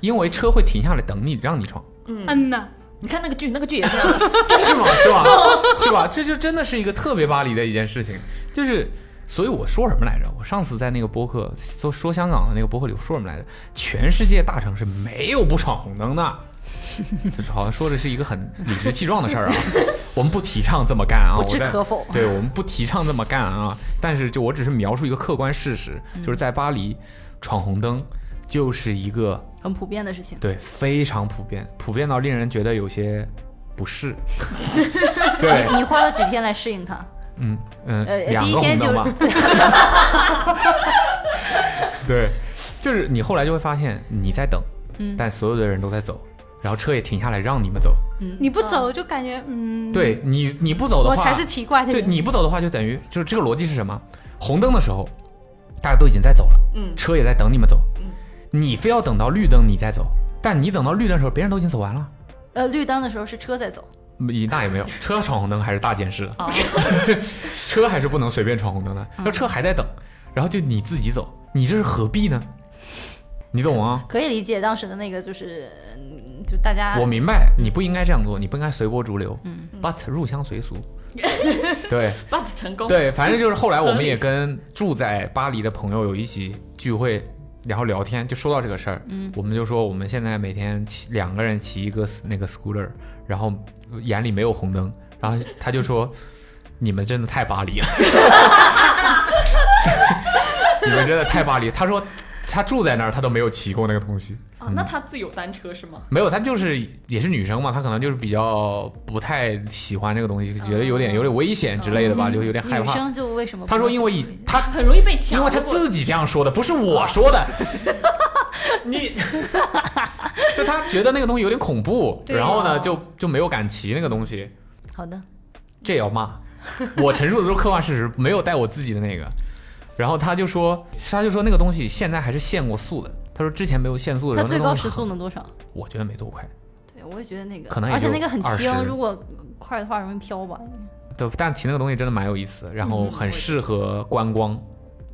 因为车会停下来等你，让你闯。嗯呐，你看那个剧，那个剧也是这样的， 是吗？是吧？是吧？这就真的是一个特别巴黎的一件事情，就是，所以我说什么来着？我上次在那个播客说说香港的那个播客里我说什么来着？全世界大城市没有不闯红灯的，就是好像说的是一个很理直气壮的事儿啊。 我们不提倡这么干啊，不我置在可否。对我们不提倡这么干啊，但是就我只是描述一个客观事实，嗯就是在巴黎闯红灯就是一个很普遍的事情，对，非常普遍，普遍到令人觉得有些 不适。对，你花了几天来适应它？嗯嗯，呃两第一个天红灯就吧。对，就是你后来就会发现你在等，嗯但所有的人都在走，然后车也停下来让你们走。嗯你不走就感觉嗯，，对你，你不走的我话，才是奇怪的对人。你不走的话，就等于就是这个逻辑是什么？红灯的时候，大家都已经在走了，嗯车也在等你们走，嗯你非要等到绿灯你再走，但你等到绿灯的时候，别人都已经走完了。呃，绿灯的时候是车在走，嗯那也没有，车闯红灯还是大件事，哦 车还是不能随便闯红灯的。嗯然后车还在等，然后就你自己走，你这是何必呢？你懂吗？可以理解当时的那个就是，嗯就大家我明白你不应该这样做，你不应该随波逐流。嗯，but 入乡随俗。 对 b u t 成功。对，反正就是后来我们也跟住在巴黎的朋友有一起聚会，然后聊天，就说到这个事儿。嗯，我们就说我们现在每天骑两个人骑一个 s- 那个 scooter，然后眼里没有红灯，然后他就说 你们真的太巴黎了， 你们真的太巴黎。他说他住在那儿，他都没有骑过那个东西，啊，那他自有单车是吗？没有，他就是也是女生嘛，她可能就是比较不太喜欢这个东西，觉得有点有点危险之类的吧，就有点害女怕。生就为什么不他说能因为走路以他很容易被抢。因为他如果自己这样说的，不是我说的。你，就他觉得那个东西有点恐怖，对然后呢，哦就就没有敢骑那个东西，好的，这也要骂。我陈述的都是客观事实，没有带我自己的那个。然后他就说，他就说那个东西现在还是限过速的。他说之前没有限速的时它候，最那个高东西时速很？能多少？我觉得没多快，对，我也觉得那个，可能也而且就那个很20轻，如果快的话容易飘吧。对，但骑那个东西真的蛮有意思的，然后很适合观光，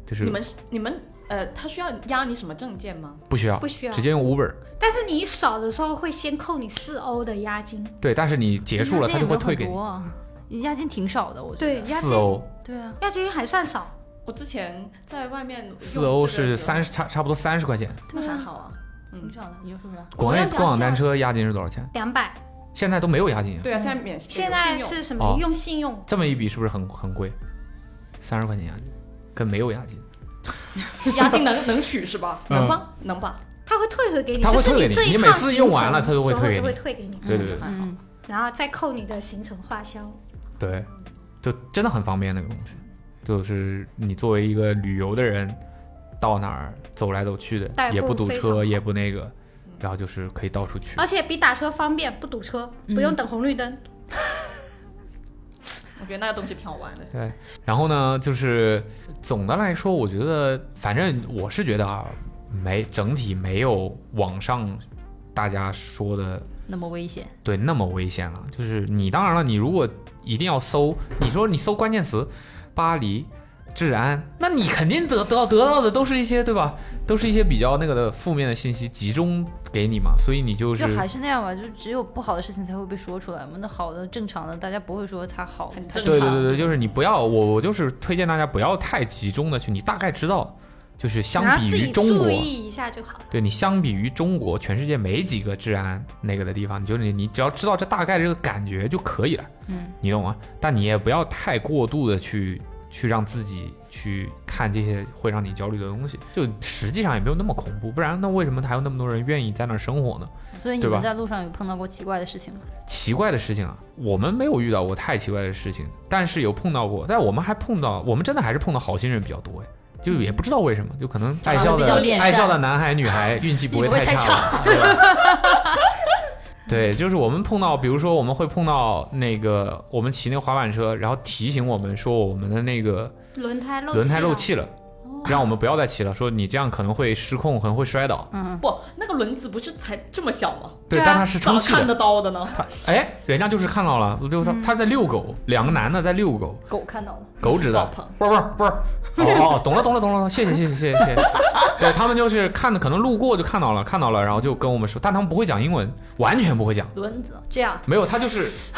就是你们是你们呃，他需要压你什么证件吗？不需要不需要直接用 Uber。但是你一少的时候会先扣你四欧的押金，对，但是你结束了，他就会退给你你。押金挺少的，我觉得。对，押金四欧。对啊，押金还算少，我之前在外面用四欧这个是的时候三，十差差不多三十块钱。那还好啊。挺少的。你说是不是？国内要共享讲单价车押金是多少钱？两百。现在都没有押金啊。对啊，现在免现有在信用是什哦么用信用？这么一比是不是很很贵？三十块钱押金，跟没有押金。 押金能能取是吧？嗯能吗？能吧？他会退回给你，他会就是退给你这一你每趟次行用完了程他就会之后退给你就嗯会退给你，对对对还嗯好。然后再扣你的行程花销。对，就真的很方便那个东西，就是你作为一个旅游的人，到哪儿走来走去代的，步也不堵非常车，好嗯也不那个，然后就是可以到处去。而且比打车方便，不堵车，不用等红绿灯。我觉得那个东西挺好玩的。然后呢，就是总的来说，我觉得反正我是觉得啊，没整体没有网上大家说的那么危险，对那么危险了。就是你当然了，你如果一定要搜，你说你搜关键词巴黎治安，那你肯定得得到得到的都是一些对吧？ 都是一些比较那个的负面的信息集中给你嘛，所以你就是就还是那样吧，就只有不好的事情才会被说出来嘛。那好的、正常的，大家不会说它好，很它正对对常对对，就是你不要我我就是推荐大家不要太集中的去，你大概知道，就是然相后比自于己中啊国注，意一下就好了。对你相比于中国，全世界没几个治安那个的地方，你就是你你只要知道这大概这个感觉就可以了，嗯，你懂吗？但你也不要太过度的去去让自己去看这些会让你焦虑的东西，就实际上也没有那么恐怖，不然那为什么还有那么多人愿意在那儿生活呢？所以你对吧们在路上有碰到过奇怪的事情吗？奇怪的事情啊，我们没有遇到过太奇怪的事情，但是有碰到过，但我们还碰到，我们真的还是碰到好心人比较多哎，就也不知道为什么，就可能爱笑长得比较的脸善爱笑的男孩女孩运气不会 你不会太太差，对吧？ 对，就是我们碰到，比如说我们会碰到那个我们骑那个滑板车，然后提醒我们说我们的那个轮胎漏啊轮胎了漏气了，哦让我们不要再骑了，说你这样可能会失控，可能会摔倒。嗯不，那个轮子不是才这么小吗？对，但它是咋充气看的得，到的呢？哎，人家就是看到了，就是他他在遛狗，两个男的在遛狗，狗看到了，狗指的爆棚，不是不是不是，哦哦，懂了懂了懂了懂了，谢谢谢谢谢谢谢谢。对他们就是看的，可能路过就看到了看到了，然后就跟我们说，但他们不会讲英文，完全不会讲，轮子这样，没有，他 就是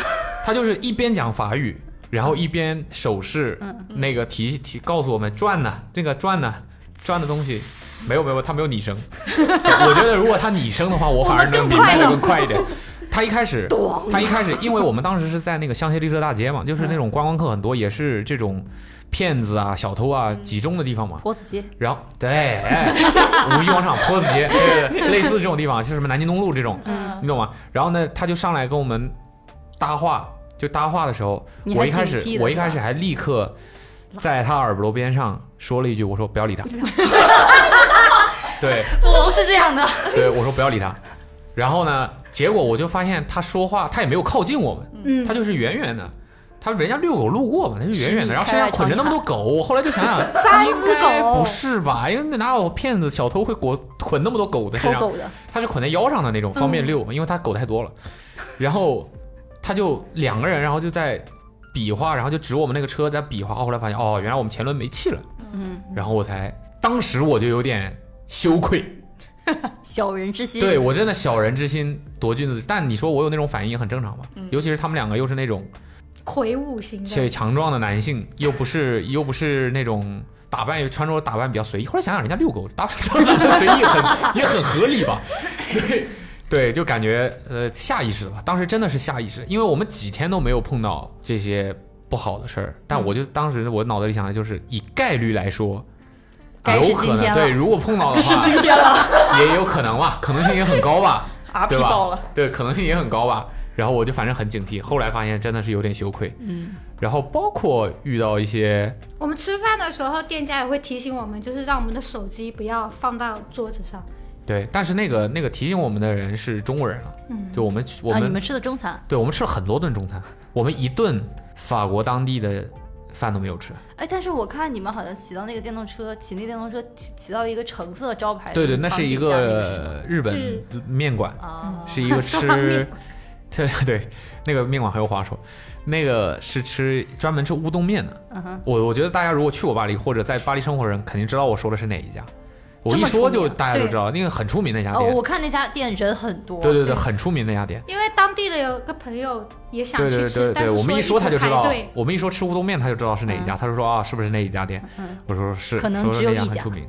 他就是一边讲法语，然后一边手势那个提提告诉我们转呢，这个转呢转的东 西。没有没有，他没有拟声。对我觉得如果他拟声的话，我反而能明白的更快一点。他一开 始，他一开始，因为我们当时是在那个香榭丽舍大街嘛，就是那种观光客很多，也是这种骗子啊、小偷啊集中的地方嘛。婆子街，然后对，哎五一广场、坡子街，对对对类似这种地方，就是什么南京东路这种，嗯你懂吗？然后呢，他就上来跟我们搭话，就搭话的时候，你还我一开警惕始的我一是吧开始还立刻在他耳朵边上说了一句，我说不要理他，对不是这样的，对，我说不要理他。然后呢，结果我就发现他说话，他也没有靠近我们，嗯他，就是远远的。他人家遛狗路过嘛，他就远远是你的，然后身上捆着那么多狗，我后来就想想， 三只应该狗不，是吧？因为哪有骗子小偷会裹捆那么多狗在身偷上？狗的，他是捆在腰上的那种，方便遛，因为他狗太多了。然后他就两个人，然后就在比划，然后就指我们那个车在比划。后来发现，哦，原来我们前轮没气了。嗯，然后我才，当时我就有点羞愧，小人之心，对我真的小人之心夺君子之。但你说我有那种反应也很正常吧？尤其是他们两个又是那种魁梧型且的，强壮的男性，又不是又不是那种打扮穿着打扮比较随意。后来想想，人家遛狗打穿着随意 很也很合理吧？ 对对，就感觉呃下意识的吧，当时真的是下意识，因为我们几天都没有碰到这些不好的事儿，但嗯我就当时我脑子里想的就是以概率来说。该是有可今天了能对，如果碰 嗯到的话，今天 了也有可能吧，可能性也很高吧。 ，RP 对啊吧爆了。对，可能性也很高吧。然后我就反正很警惕，后来发现真的是有点羞愧。嗯，然后包括遇到一些，我们吃饭的时候，店家也会提醒我们，就是让我们的手机不要放到桌子上。对，但是那个那个提醒我们的人是中国人了，嗯就我们我啊，们,、你们吃的中餐，对我们吃了很多顿中餐，我们一顿法国当地的饭都没有吃。哎，但是我看你们好像骑到那个电动车，骑那电动车骑骑到一个橙色招牌的对地对，方，那是一底下那是什么个日本面馆，啊，是 一个说到面吃，对 对，那个面馆很有话说，那个是吃专门吃乌冬面的。嗯哼，我我觉得大家如果去过巴黎或者在巴黎生活的人，肯定知道我说的是哪一家。我一说就大家就知道，那个很出名的一家哦，我店，看那家店人很多，对对对，很出名的一家店。因为当地的有个朋友也想对去对吃，对但对，是我们一说他就知直排道队，，我们一说吃乌冬面，他就知道是哪一家。他就说啊，是不是那一家店？我说是，可能说只有那一很家出名，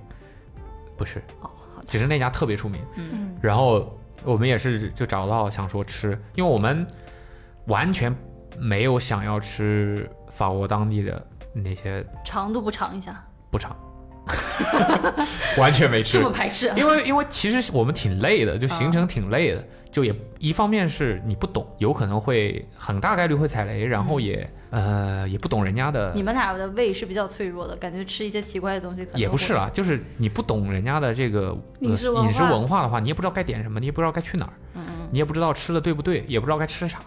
不是哦，只是那家特别出名。嗯，然后我们也是就找到想说吃，因为我们完全没有想要吃法国当地的那些长度不长一下，不长， 完全没吃 这么排斥，啊 因为因为其实我们挺累的，就行程挺累的，嗯就也一方面是你不懂，有可能会很大概率会踩雷，然后也、呃也不懂人家的嗯你，们俩的胃是比较脆弱的，感觉吃一些奇怪的东西可能也不是会啦，就是你不懂人家的这个呃饮食文化饮食文化的话，你也不知道该点什么，你也不知道该去哪儿，嗯嗯嗯你也不知道吃的对不对，也不知道该吃啥，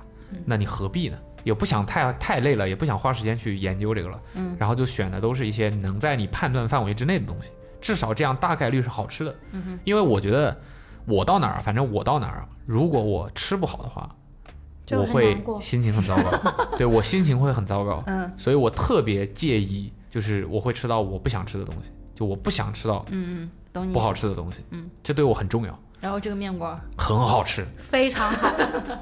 那你何必呢？也不想太太累了，也不想花时间去研究这个了，嗯然后就选的都是一些能在你判断范围之内的东西，至少这样大概率是好吃的。嗯哼，因为我觉得我到哪儿，反正我到哪儿，啊如果我吃不好的话，就我很会难过心情很糟 糕，对我心情会很糟糕，嗯所以我特别介意，就是我会吃到我不想吃的东西，就我不想吃到嗯嗯，懂你不好。吃的东西，嗯，这对我很重要，然后这个面馆，很好吃，非常好。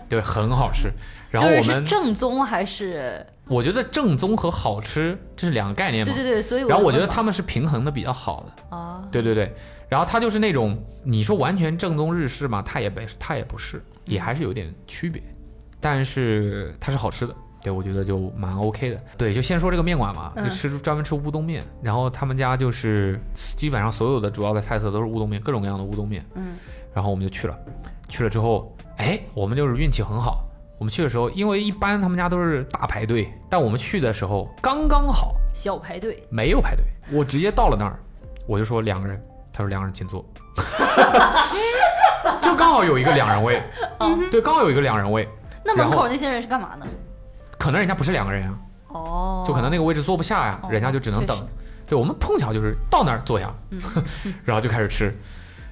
对，很好吃。然后就我是是们，正宗还是？我觉得正宗和好吃这是两个概念嘛，对对对，所以然后就我觉得问他们是平衡的比较好的，嘛啊，对对对，然后它就是那种你说完全正宗日式嘛，它也不它也不是，嗯也还是有点区别，但是它是好吃的。对，我觉得就蛮 OK 的。对，就先说这个面馆嘛，就嗯吃专门吃乌冬面，然后他们家就是基本上所有的主要的菜色都是乌冬面，各种各样的乌冬面。嗯，然后我们就去了，去了之后，哎，我们就是运气很好。我们去的时候，因为一般他们家都是大排队，但我们去的时候刚刚好，小排队，没有排队，我直接到了那儿，我就说两个人，他说两个人 请坐，就刚好有一个两人位，对，刚好有一个两人位，嗯那门然口后那些人是干嘛呢？可能人家不是两个人啊，哦，就可能那个位置坐不下呀、哦人家就只能等确实。嗯对我们碰巧就是到那儿坐下， 然后就开始吃，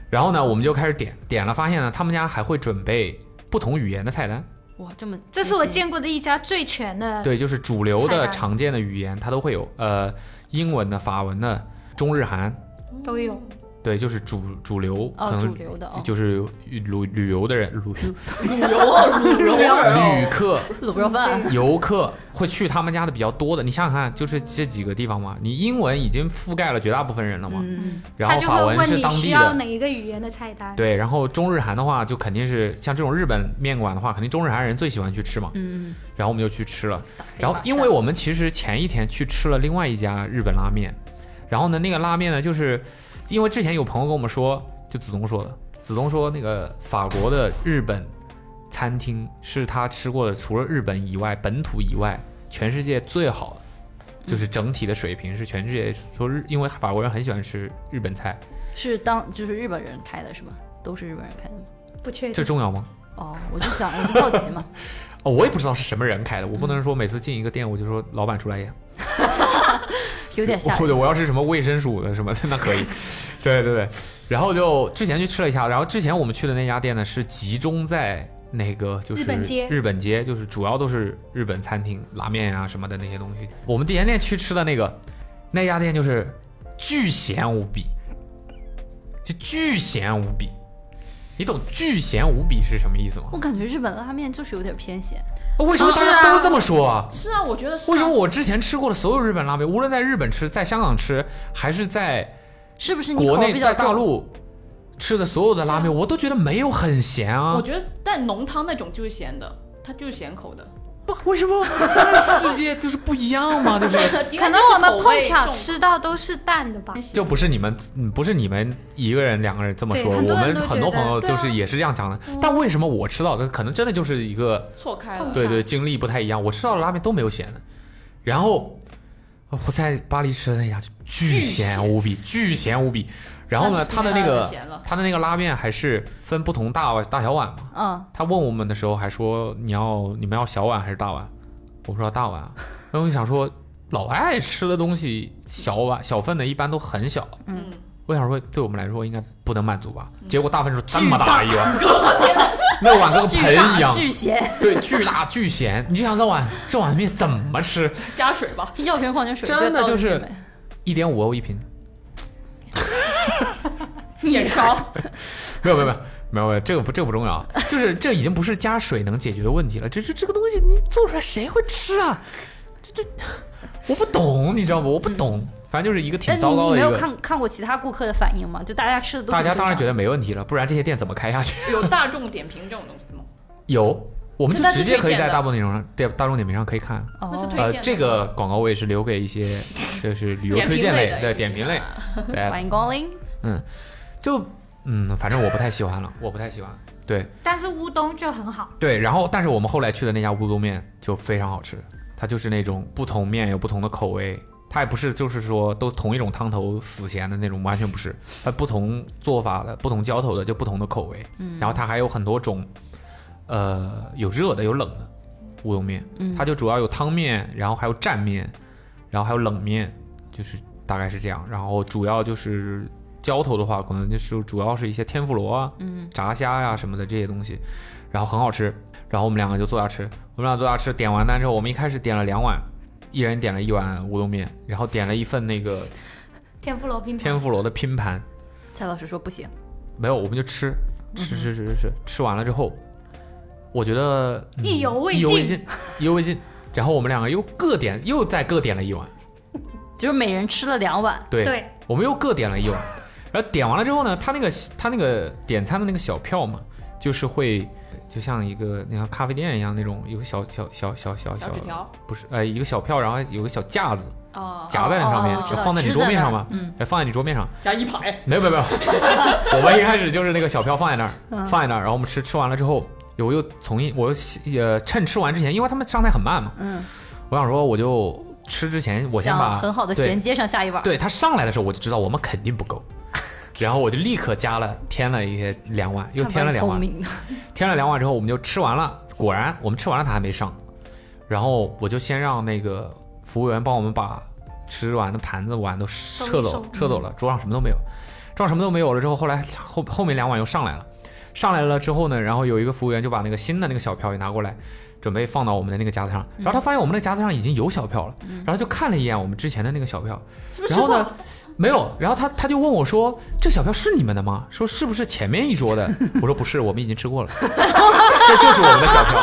然后呢，我们就开始点，点了发现呢，他们家还会准备不同语言的菜单，哇，这么这是我贴心见过的一家最全的，呃对，就是主流菜的单常见的语言它都会有，呃，英文的、法文的、中日韩，都有。对，就是主主流，哦可能主流的哦就是旅旅游的人，旅卤油啊， 卤肉哦旅客、卤肉饭，游客会去他们家的比较多的。你想想看，就是这几个地方嘛，你英文已经覆盖了绝大部分人了嘛，嗯，然后他法就会文是问你当需地要的，哪一个语言的菜单。对，然啊后中日韩的话，就肯定是像这种日本面馆的话，肯定中日韩人最喜欢去吃嘛，嗯，然后我们就去吃了。可以然后马，因为我们其实前一天去吃了另外一家日本拉面，然后呢，那个拉面呢，就是因为之前有朋友跟我们说，就子东说的，子东说那个法国的日本餐厅是他吃过的，除了日本以外，本土以外，全世界最好的，嗯就是整体的水平是全世界说日，因为法国人很喜欢吃日本菜，是当就是日本人开的是吗？都是日本人开的吗？不确这定。重要吗？哦，我就想，我就好奇嘛，哦，我也不知道是什么人开的，我不能说每次进一个店我就说老板出来一下。有点吓或者人。我要是什么卫生署的什么的，那可以。对对对，然后就之前去吃了一下，然后之前我们去的那家店呢是集中在那个就是日本街日本街就是主要都是日本餐厅、拉面啊什么的那些东西。我们第前店去吃的那个那家店就是巨咸无比，就巨咸无比。你懂巨咸无比是什么意思吗我？感觉日本拉面就是有点偏咸，为什么大是啊家都这么说啊？是啊，我觉得是、啊。为什么我之前吃过的所有日本拉面，无论在日本吃、在香港吃，还是在是不是？你国口内比较在重大陆吃的所有的拉面，我都觉得没有很咸啊我。觉得但浓汤那种就是咸的，它就是咸口的。不，为 什么咱们世界就是不一样嘛？ 就是可能我们碰巧吃到都是淡的吧。就不是你们，嗯不是你们一个人、两个人这么说，对我很多人们都觉得很多朋友对就啊是也是这样讲的。但为什么我吃到的可能真的就是一个错开了，对对经历不太一样，我吃到的拉面都没有咸的。然后呃我在巴黎吃的那家就巨咸无比，巨咸无比。然后呢，它他是的那太个咸了他的那个拉面还是分不同大大小碗嘛。嗯，他问我们的时候还说你要你们要小碗还是大碗？我们说要大碗啊。然后我就想说，老外爱吃的东西小碗小份的一般都很小，嗯，我想说对我们来说应该不能满足吧？嗯结果大份是这么大 一碗，那碗跟个盆一样，巨咸，对，巨大巨咸。你就想这碗这碗面怎么 吃？加水吧，要瓶矿泉水，真对的就倒进是去呗一点五欧一瓶，眼膏。没有没有没有没有没有，这个不这个不重要，就是这已经不是加水能解决的问题了，这这这个东西你做出来谁会吃啊？这这我不懂，你知道吗？我不懂，反正就是一个 挺但糟你糕你的哎没一有个。看看过其他顾客的反应吗？就大家吃的都大很家正当然常觉得没问题了，不然这些店怎么开下去？有大众点评这种东西吗？有，我们就这但是直接可以推荐在的大众点评上、对大众点评上可以看。哦那是推呃，荐的这个广告位是留给一些就是旅游点推评荐类类的对点 评类，对，欢迎光临，就嗯，反正我不太喜欢了，我不太喜欢。对，但是乌冬就很好，对，然后但是我们后来去的那家乌冬面就非常好吃，它就是那种不同面有不同的口味，它也不是就是说都同一种汤头死咸的那种，完全不是，它不同做法的、不同浇头的就不同的口味，嗯，然后它还有很多种，呃，有热的有冷的，乌冬面，嗯，它就主要有汤面，然后还有蘸面，然后还有冷面，就是大概是这样。然后主要就是浇头的话，可能就是主要是一些天妇罗啊、嗯炸虾呀、什么的这些东西，然后很好吃。然后我们两个就坐下吃，我们俩坐下吃，点完单之后，我们一开始点了两碗，一人点了一碗乌冬面，然后点了一份那个天妇罗拼盘天妇罗的拼盘，蔡老师说不行，没有，我们就吃，吃吃吃吃吃，吃完了之后，我觉得、嗯意犹未意犹未尽尽，意犹未尽。然后我们两个又各点，又再各点了一碗，就是每人吃了两碗，对，对我们又各点了一碗。然后点完了之后呢，他那个他那个点餐的那个小票嘛，就是会就像一个那像咖啡店一样那种，有个小小小小小小纸条不是，呃，一个小票，然后有个小架子啊，夹在那上面，哦哦哦就放在你桌面上嘛，嗯，哎，放在你桌面上。加一排，没有没 有没有，我们一开始就是那个小票放在那嗯儿，放在那儿，然后我们吃吃完了之后，我又从一我又呃趁吃完之前，因为他们上菜很慢嘛，嗯，我想说我就吃之前我先想把很好的衔接上下一碗，对他上来的时候我就知道我们肯定不够， 然后我就立刻加了添了一些两碗，又看添了蛮两聪碗，明的，添了两碗之后我们就吃完了，果然我们吃完了他还没上，然后我就先让那个服务员帮我们把吃完的盘子碗都撤收一走收，撤走嗯了，桌上什么都没有，桌上什么都没有了之后，后来后后面两碗又上来了，上来了之后呢，然后有一个服务员就把那个新的那个小票也拿过来。准备放到我们的那个夹子上，嗯然后他发现我们的夹子上已经有小票了，然后就看了一眼我们之前的那个小票，是不是？然后呢，没有，然后他他就问我说：“这小票是你们的吗？说是不是前面一桌的？” 我说：“不是，我们已经吃过了，这就是我们的小票。”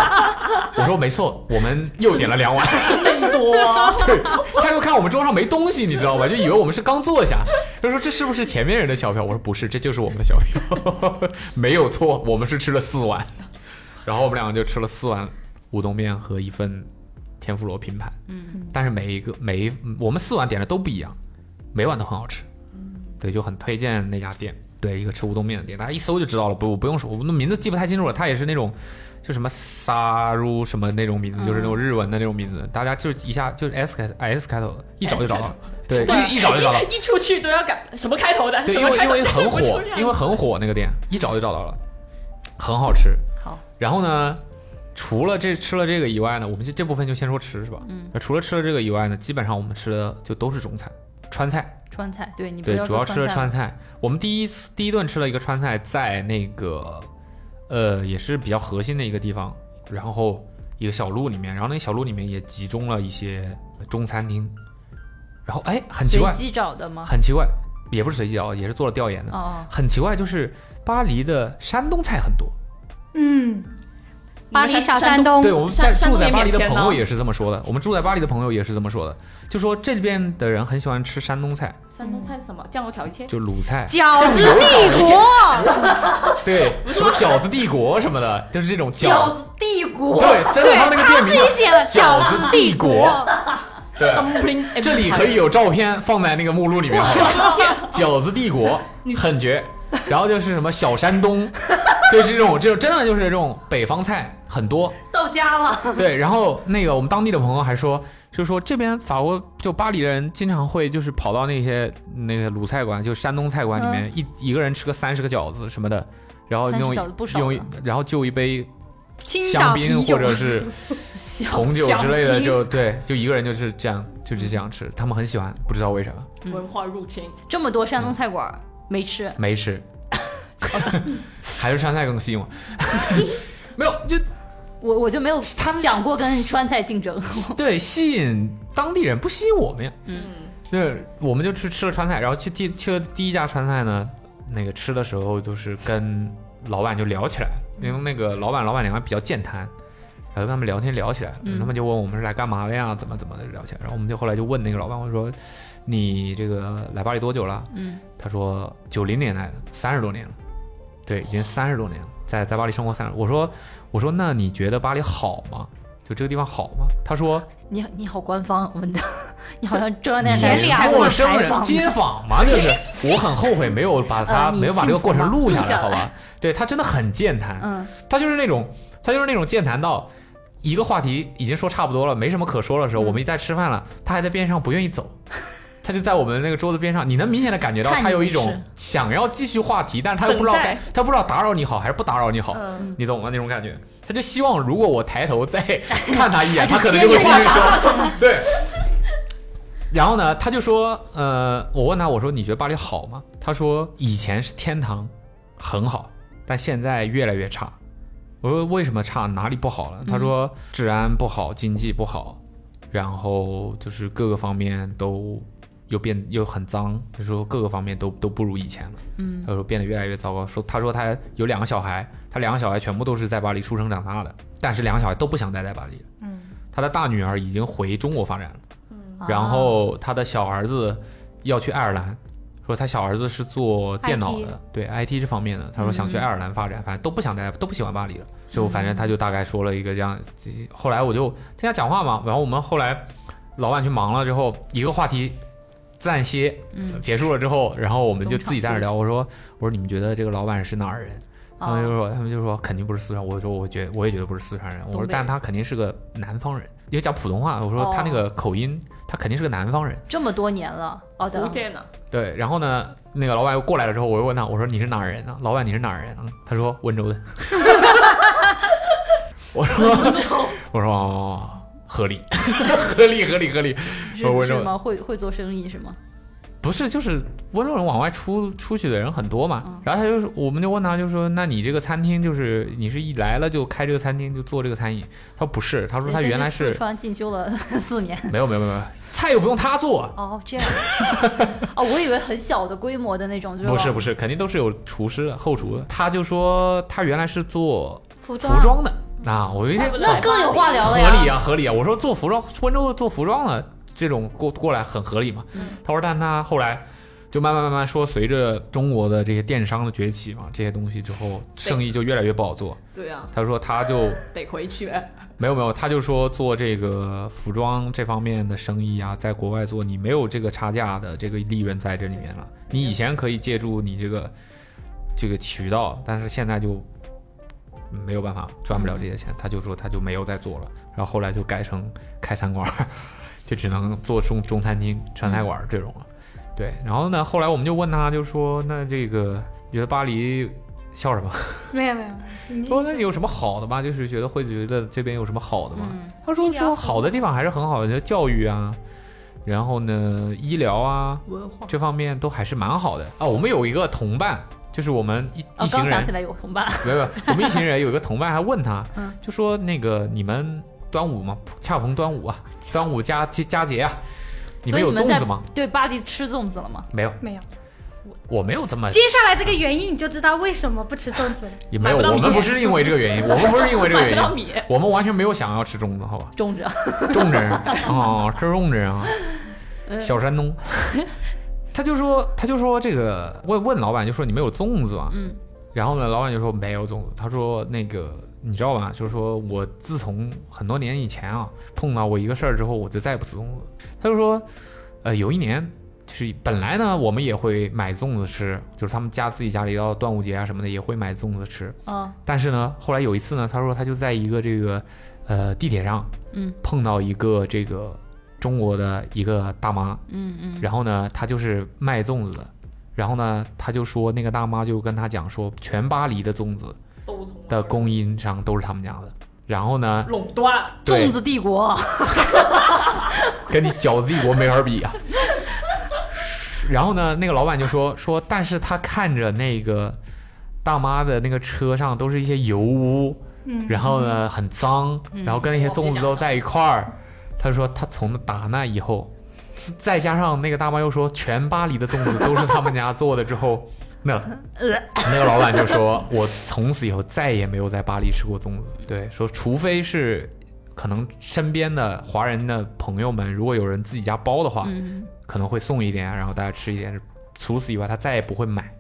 我说：“没错，我们又点了两碗。”更多啊 对，他又看我们桌上没东西，你知道吧？就以为我们是刚坐下，就说这是不是前面人的小票？我说不是，这就是我们的小票，没有错，我们是吃了四碗， 然后我们两个就吃了四碗乌冬面和一份天妇罗拼盘，嗯，但是每一个每一我们四碗点的都不一样，每碗都很好吃，对，就很推荐那家店。对，一个吃乌冬面的店，大家一搜就知道了，不不用说，我们的名字记不太清楚了。它也是那种，就什么萨如什么那种名字，就是那种日文的那种名字，大家就一下就是 S 开 S 开头的，一找就找到了，对，一一找就找到了。一出去都要改什么开 头的，对，什因么为开因头为很我出火去，了因为很火那个店，一找就找到了，很好吃。好，然后呢，除了这吃了这个以外呢，我们这这部分就先说吃是吧？嗯。除了吃了这个以外呢，基本上我们吃的就都是中餐、川菜。川菜，对你不对，要主要说吃了菜川菜。我们第一次第一顿吃了一个川菜，在那个呃也是比较核心的一个地方，然后一个小路里面，然后那个小路里面也集中了一些中餐厅，然后哎很奇随怪，机找的吗？很奇怪，也不是随机啊，也是做了调研的，哦，很奇怪就是巴黎的山东菜很多，嗯，巴黎小山山东，对，我们在山住在巴黎的山东面前朋呢友也是这么说的，我们住在巴黎的朋友也是这么说的，就说这边的人很喜欢吃山东菜，山东菜是什么？酱油炒一切，就鲁菜，饺子帝国， 对，什么饺子帝国什么的，就是这种饺，子帝国对，真的，他们那个店名叫写了饺子帝国，对， dumpling 哎 and 这里可以有照片放在那个目录里面，好吧？饺子帝国很绝，然后就是什么小山东， 就是这种，这种真的就是这种北方菜很多，到家了，嗯对，然后那个我们当地的朋友还说，就是说这边法国就巴黎人经常会就是跑到那些那个鲁菜馆，就山东菜馆里面、一一个人吃个三十个饺子什么的，然后30嗯用饺子不少用呢然后就一杯青香岛槟啤或酒，者是红酒之类小的，啤就对，就一个人就是这样就是这样吃，他们很喜欢，不知道为啥文化入侵，这么多山东菜馆儿没吃，没吃， 还是川菜更吸引我， 没有就我我就没有他们想过跟川菜竞争。对，吸引当地人，不吸引我们呀。嗯，对，我们就去吃了川菜，然后去第去了第一家川菜呢，那个吃的时候就是跟老板就聊起来了，因为那个老板老板娘比较健谈，然后跟他们聊天聊起来了，嗯他们就问我们是来干嘛的呀，怎么怎么的聊起来，然后我们就后来就问那个老板，我说你这个来巴黎多久了？嗯，他说九零年来的，三十多年了，对，已经三十多年了，在在巴黎生活三十。我说我说那你觉得巴黎好吗？就这个地方好吗？他说你你好官方，我们的 你好像中央电视台前两开过陌采生人访街访嘛，就是我很后悔没有把他 呃你没有把这个过程幸福吗录下录下来，来好吧？对他真的很健谈，嗯，他就是那种他就是那种健谈到。一个话题已经说差不多了，没什么可说的时候，嗯我们一在吃饭了，他还在边上不愿意走，他就在我们那个桌子边上，你能明显的感觉到看你他有一不种是想要继续话题，但是他又不知道等待该，他不知道打扰你好还是不打扰你好，嗯，你懂吗？那种感觉，他就希望如果我抬头 再看他一眼，他可能就接会着继续说，对。然后呢，他就说，呃，我问他，我说你觉得巴黎好吗？他说以前是天堂，很好，但现在越来越差。我说为什么差？哪里不好嗯了？他说治安不好，经济不好，然后就是各个方面都又变又很脏，他说各个方面都都不如以前了。嗯他说变得越来越糟糕。说他说他有两个小孩，他两个小孩全部都是在巴黎出生长大的，但是两个小孩都不想待在巴黎了。嗯，他的大女儿已经回中国发展了，啊然后他的小儿子要去爱尔兰。说他小儿子是做电脑的 IT 对 IT 这方面的，他说嗯想去爱尔兰发展，反正都不想待，都不喜欢巴黎了。就反正他就大概说了一个这样，这后来我就听他讲话嘛，然后我们后来老板去忙了之后，一个话题暂歇，嗯结束了之后，然后我们就自己在那儿聊。中我说我说你们觉得这个老板是哪儿人？他啊们就说他们就说肯定不是四川。我说我觉我也觉得不是四川人。我东说北但他肯定是个南方人，因为讲普通话。我说他那个口音，他肯定是个南方人。这么多年了，哦福的，建呢？对，然后呢，那个老板又过来了之后，我又问他，我说你是哪儿人啊？老板你是哪儿人啊？他说温州的。我说我说哦，合理，合理，合理，合理。是说温是州什么会会做生意是吗？不是，就是温州人往外出出去的人很多嘛。嗯然后他就是，我们就问他，就说，那你这个餐厅就是你是一来了就开这个餐厅就做这个餐饮？他说不是，他说所以他先原来去是四川进修了 四年。没有没有没有没有菜又不用他做，哦，这样， 哦，我以为很小的规模的那种，就是不是不是，肯定都是有厨师的后厨的。他就说他原来是做服服装装的啊，我有一天那更有话聊了呀。合理啊，合理啊！我说做服装，温州做服装的这种过过来很合理嘛。嗯他说，但他后来就慢慢慢慢说，随着中国的这些电商的崛起嘛，这些东西之后，生意就越来越不好做。对啊，他说，他就得回去。哎没有没有，他就说做这个服装这方面的生意啊，在国外做，你没有这个差价的这个利润在这里面了。你以前可以借助你这个这个渠道，但是现在就没有办法赚不了这些钱。他就说他就没有再做了，然后后来就改成开餐馆儿， 就只能做中中餐厅、川菜馆儿这种了。对，然后呢，后来我们就问他，就说那这个觉得巴黎笑什么？没有没有，你说那你有什么好的吗？就是觉得会觉得这边有什么好的吗？嗯他说医疗说服务好的地方还是很好的，就教育啊，然后呢，医疗啊，文化这方面都还是蛮好的啊。我们有一个同伴，就是我们一哦一，刚行想人起，来有红吧， 没有没有，我们一行人有一个同伴还问他， 嗯就说那个你们端午吗？恰逢端午啊，端午佳佳佳节啊，你所们以有你们粽在子吗？对巴黎吃粽子了吗？没有，没有。我没有这么接下来这个原因你就知道为什么不吃粽 子了。也没有，买不到我们米不是因为这个原因，我们不是因为这个买不原到 因，米，我们完全没有想要吃粽子，啊好吧？种着，种人哦，是种人啊，小山 东。他就说，他就说这个，问问老板就说你们有粽子吗？嗯，然后呢，老板就说没有粽子。他说那个你知道吧？就是说我自从很多年以前啊碰到过一个事儿之后，我就再也不吃粽子。他就说，呃，有一年就是本来呢我们也会买粽子吃，就是他们家自己家里到端午节啊什么的也会买粽子吃。嗯但是呢，后来有一次呢，他说他就在一个这个呃地铁上，嗯，碰到一个这个中国的一个大妈，嗯嗯，然后呢，她就是卖粽子的，然后呢，他就说那个大妈就跟他讲说，全巴黎的粽子都同的供应商都是他们家的。然后呢，垄断，对粽子帝国，跟你饺子帝国没法比啊。然后呢，那个老板就说说，但是他看着那个大妈的那个车上都是一些油污，嗯，然后呢很脏，然后跟那些粽子都在一块儿。他说他从打那以后，自再加上那个大妈又说全巴黎的粽子都是他们家做的之后， 那那个老板就说， 我从此以后再也没有在巴黎吃过粽子。对，说除非是可能身边的华人的朋友们，如果有人自己家包的话，嗯，可能会送一点，然后大家吃一点。除此以外，他再也不会买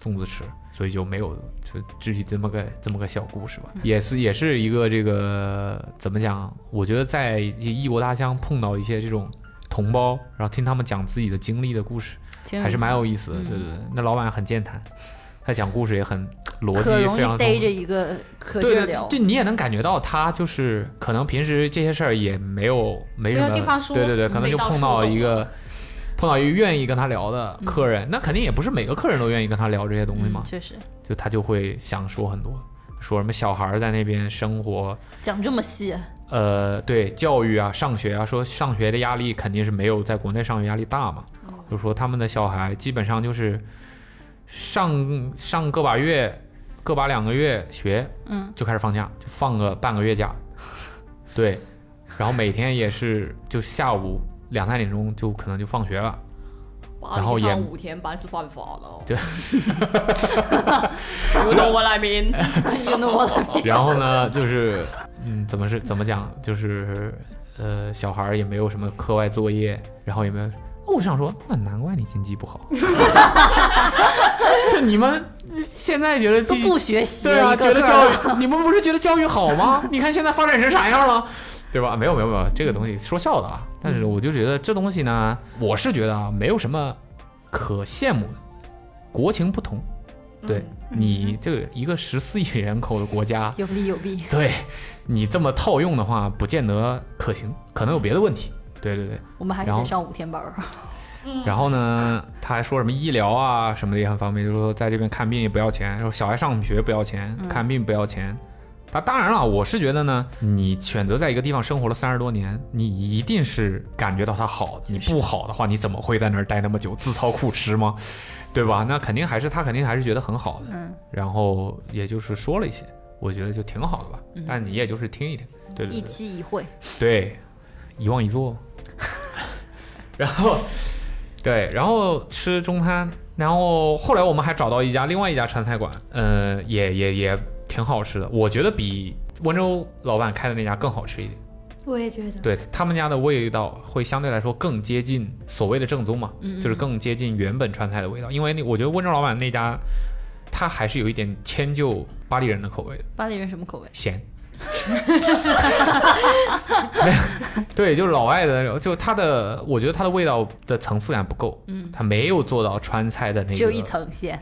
粽子吃，所以就没有就具体这么个这么个小故事吧，嗯也是也是一个这个怎么讲？我觉得在异国他乡碰到一些这种同胞，然后听他们讲自己的经历的故事，挺还是蛮有意思的。嗯对对对，那老板很健谈，他讲故事也很逻可辑容非常易通逮着一个可劲对儿对，聊就，你也能感觉到他就是可能平时这些事儿也没有没什没有么地方说对对对，可能没就到碰触到动一个碰到一愿意跟他聊的嗯客人，那肯定也不是每个客人都愿意跟他聊这些东西嘛，嗯确实就他就会想说很多，说什么小孩儿在那边生活，讲这么细，呃，对教育啊、上学啊，说上学的压力肯定是没有在国内上学压力大嘛，就说他们的小孩基本上就是上上个把月、个把两个月学，嗯，就开始放假，就放个半个月假，对，然后每天也是就下午两三点钟就可能就放学了。巴然后黎也上五天班是犯法的哦。对 ，You know what I mean？ you know what I mean？然后呢，就是，嗯，怎么是怎么讲，就是，呃，小孩儿也没有什么课外作业，然后也没有，哦我想说，那难怪你经济 不好，就你们现在觉得都经不学习，对啊，一个觉得个教的育，你们不是觉得教育好吗？你看现在发展成啥样了，对吧？没有没有没有，这个嗯东西说笑的啊，但是我就觉得这东西呢，我是觉得啊，没有什么可羡慕的，国情不同，对、嗯你这个一个十四亿人口的国家。有利有弊， 对你这么套用的话，不见得可行，可能有别的问题。对对对，我们还是然后得上五天班儿。嗯然后呢，他还说什么医疗啊什么的也很方便，就是说在这边看病也不要钱，说小孩上学不要钱，嗯看病不要钱。他当然了，我是觉得呢，你选择在一个地方生活了三十多年，你一定是感觉到它好的。你不好的话，你怎么会在那儿待那么久，自讨苦吃吗？对吧？那肯定还是他肯定还是觉得很好的。嗯，然后也就是说了一些，我觉得就挺好的吧。但你也就是听一听，对嗯对一对，期一会，对，一望一坐， 然后对，然后吃中餐，然后后来我们还找到一家另外一家川菜馆，呃，也也也挺好吃的，我觉得比温州老板开的那家更好吃一点。我也觉得。对他们家的味道会相对来说更接近所谓的正宗嘛，就是更接近原本川菜的味道。因为那我觉得温州老板那家，他还是有一点迁就巴黎人的口味的。巴黎人什么口味？咸。 对，就是老外的那种，就它的，我觉得它的味道的层次感不够，嗯，它没有做到川菜的那个，只有一，层鲜，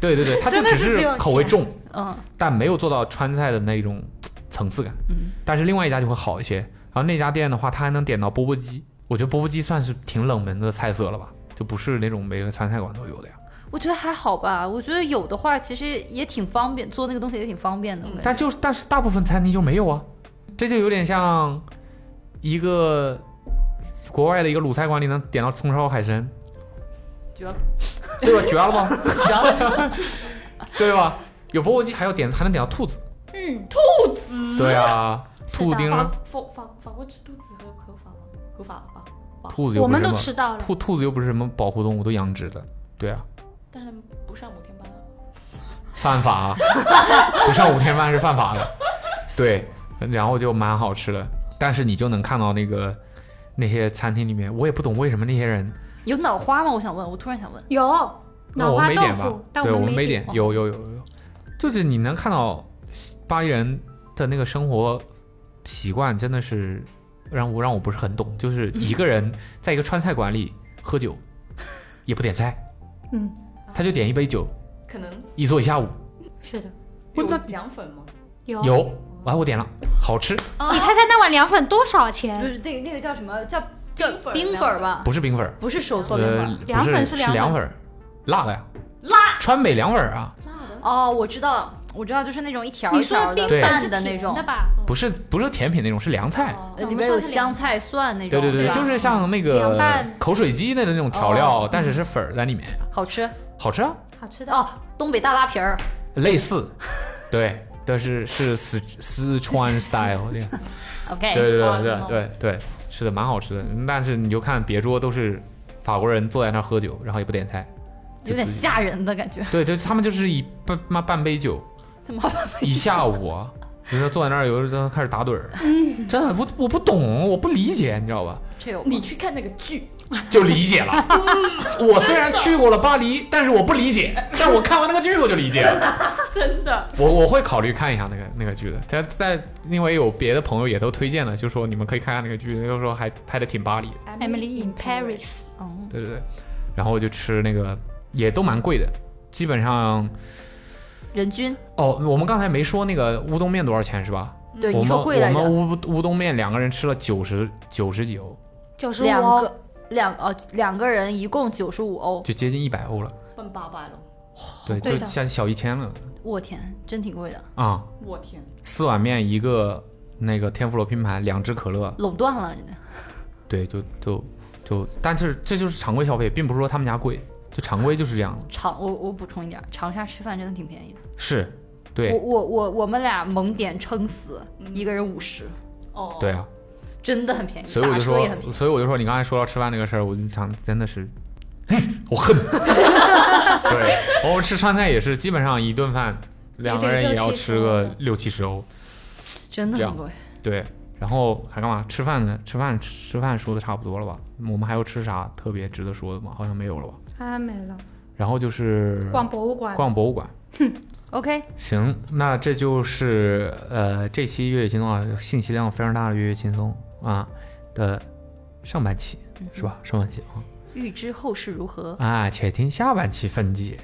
对对对，它就真的只是只有口味咸重，嗯，但没有做到川菜的那种层次感，嗯，但是另外一家就会好一些，然后那家店的话，它还能点到钵钵鸡，我觉得钵钵鸡算是挺冷门的菜色了吧，就不是那种每个川菜馆都有的呀，我觉得还好吧。我觉得有的话其实也挺方便，做那个东西也挺方便的。我感嗯觉但就是但是大部分餐厅就没有啊，这就有点像一个国外的一个鲁菜馆里能点到葱烧海参，绝了，对吧？绝了吧？绝了， 对吧？有钵钵鸡，还有点还能点到兔子，嗯，对啊，兔的丁法儿，法法法国吃兔子合合法吗？合法吧，兔子又我不是们什都么吃到了。兔兔子又不是什么保护动物，都养殖的，对啊，但他们不上五天班啊。犯法 啊，不上五天班是犯法的。对，然后就蛮好吃的，但是你就能看到那个那些餐厅里面，我也不懂为什么那些人有脑花吗？我想问，我突然想问，有那脑我们花没豆点吧腐，？但对，我们没没点。有有有有，就是你能看到巴黎人的那个生活习惯，真的是让我让我不是很懂。就是一个人在一个川菜馆里喝酒，也不点菜，嗯，他就点一杯酒，可能一坐一下午。是的，有我那凉粉吗？有有，完我点了，好吃，你猜猜那碗凉粉多少就钱？是那个那个叫什么叫叫冰粉儿冰粉儿吧？不是冰粉儿，不是手搓冰粉呃儿。，凉不粉是是是凉粉粉儿，辣的呀，辣，川北凉粉儿啊，哦，我知道了，我知道，就是那种一条嗯你一说条冰的对粉拌是的那甜种的，吧？嗯不是不是甜品那种，是凉菜。呃里面有香菜、蒜那对种，对对，吧就是像那凉个拌口水鸡那种那种调料哦，但是是粉儿在里面，好吃好吃啊，好吃的，哦，东北大拉皮儿，类似，对，但是是四四川 style 对 OK，对对好对的对对对，是的，蛮好吃的。但是你就看别桌都是法国人坐在那儿喝酒，然后也不点菜，就有点自己吓人的感觉。 对，就他们就是一半妈半杯酒，他妈一下午啊，比如说坐在那儿，有的时候开始打盹儿， 真的我我不懂，我不理解，你知道吧？这有你去看那个剧，就理解了。我虽然去过了巴黎，但是我不理解。但我看完那个剧，我就理解了。真的我我会考虑看一下那个那个剧的。但但因为有别的朋友也都推荐了，就说你们可以看看那个剧，就说还拍的挺巴黎的。 Emily in Paris 哦，对对对。然后我就吃那个，也都蛮贵的，基本上人均哦，我们刚才没说那个乌冬面多少钱是吧？嗯对我你们说贵来我们着，乌乌冬面两个人吃了九十九十几欧，九十五两欧，个两呃两个人一共九十五欧，就接近一百欧了，奔八百了，对，对就的像小一千了我天，真挺贵的，啊、我天，四碗面一个那个天妇罗拼盘，两只可乐，垄断了人家。对，就就就，但是这就是常规消费，并不是说他们家贵，就常规就是这样的，长我我补充一点，长沙吃饭真的挺便宜的。是，我对我我我们俩猛点撑死，一个人五十，哦，对，啊，真的很便宜，所以我打就车说也很便，宜。所以我就说你刚才说到吃饭这个事儿，我就想真的是，哎我恨， 对，我们吃川菜也是，基本上一顿饭两个人也要吃个六七十欧，真的这很样贵。对，然后还干嘛？吃饭呢？吃饭吃饭说的差不多了吧？我们还有吃啥特别值得说的吗？好像没有了吧？啊，没了。然后就是逛博物馆，逛博物馆。 OK，行，那这就是呃这期越野轻松啊，信息量非常大的越野轻松啊的上半期是吧？上半期啊，预知后事如何？啊，且听下半期分解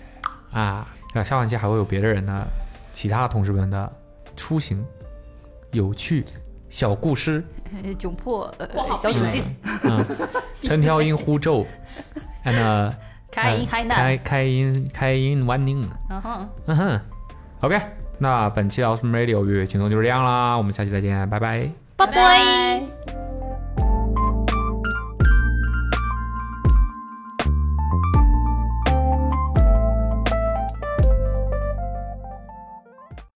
啊。那下半期还会有别的人呢，其他同事们的出行有趣小故事，呃窘迫呃括号小处境， 嗯，藤条音呼咒，and 呃开音海嗯开南，开音开音 one 宁。然后嗯哼，OK，那本期 Awesome Radio 越野轻松就是这样啦，我们下期再见，拜拜。拜拜。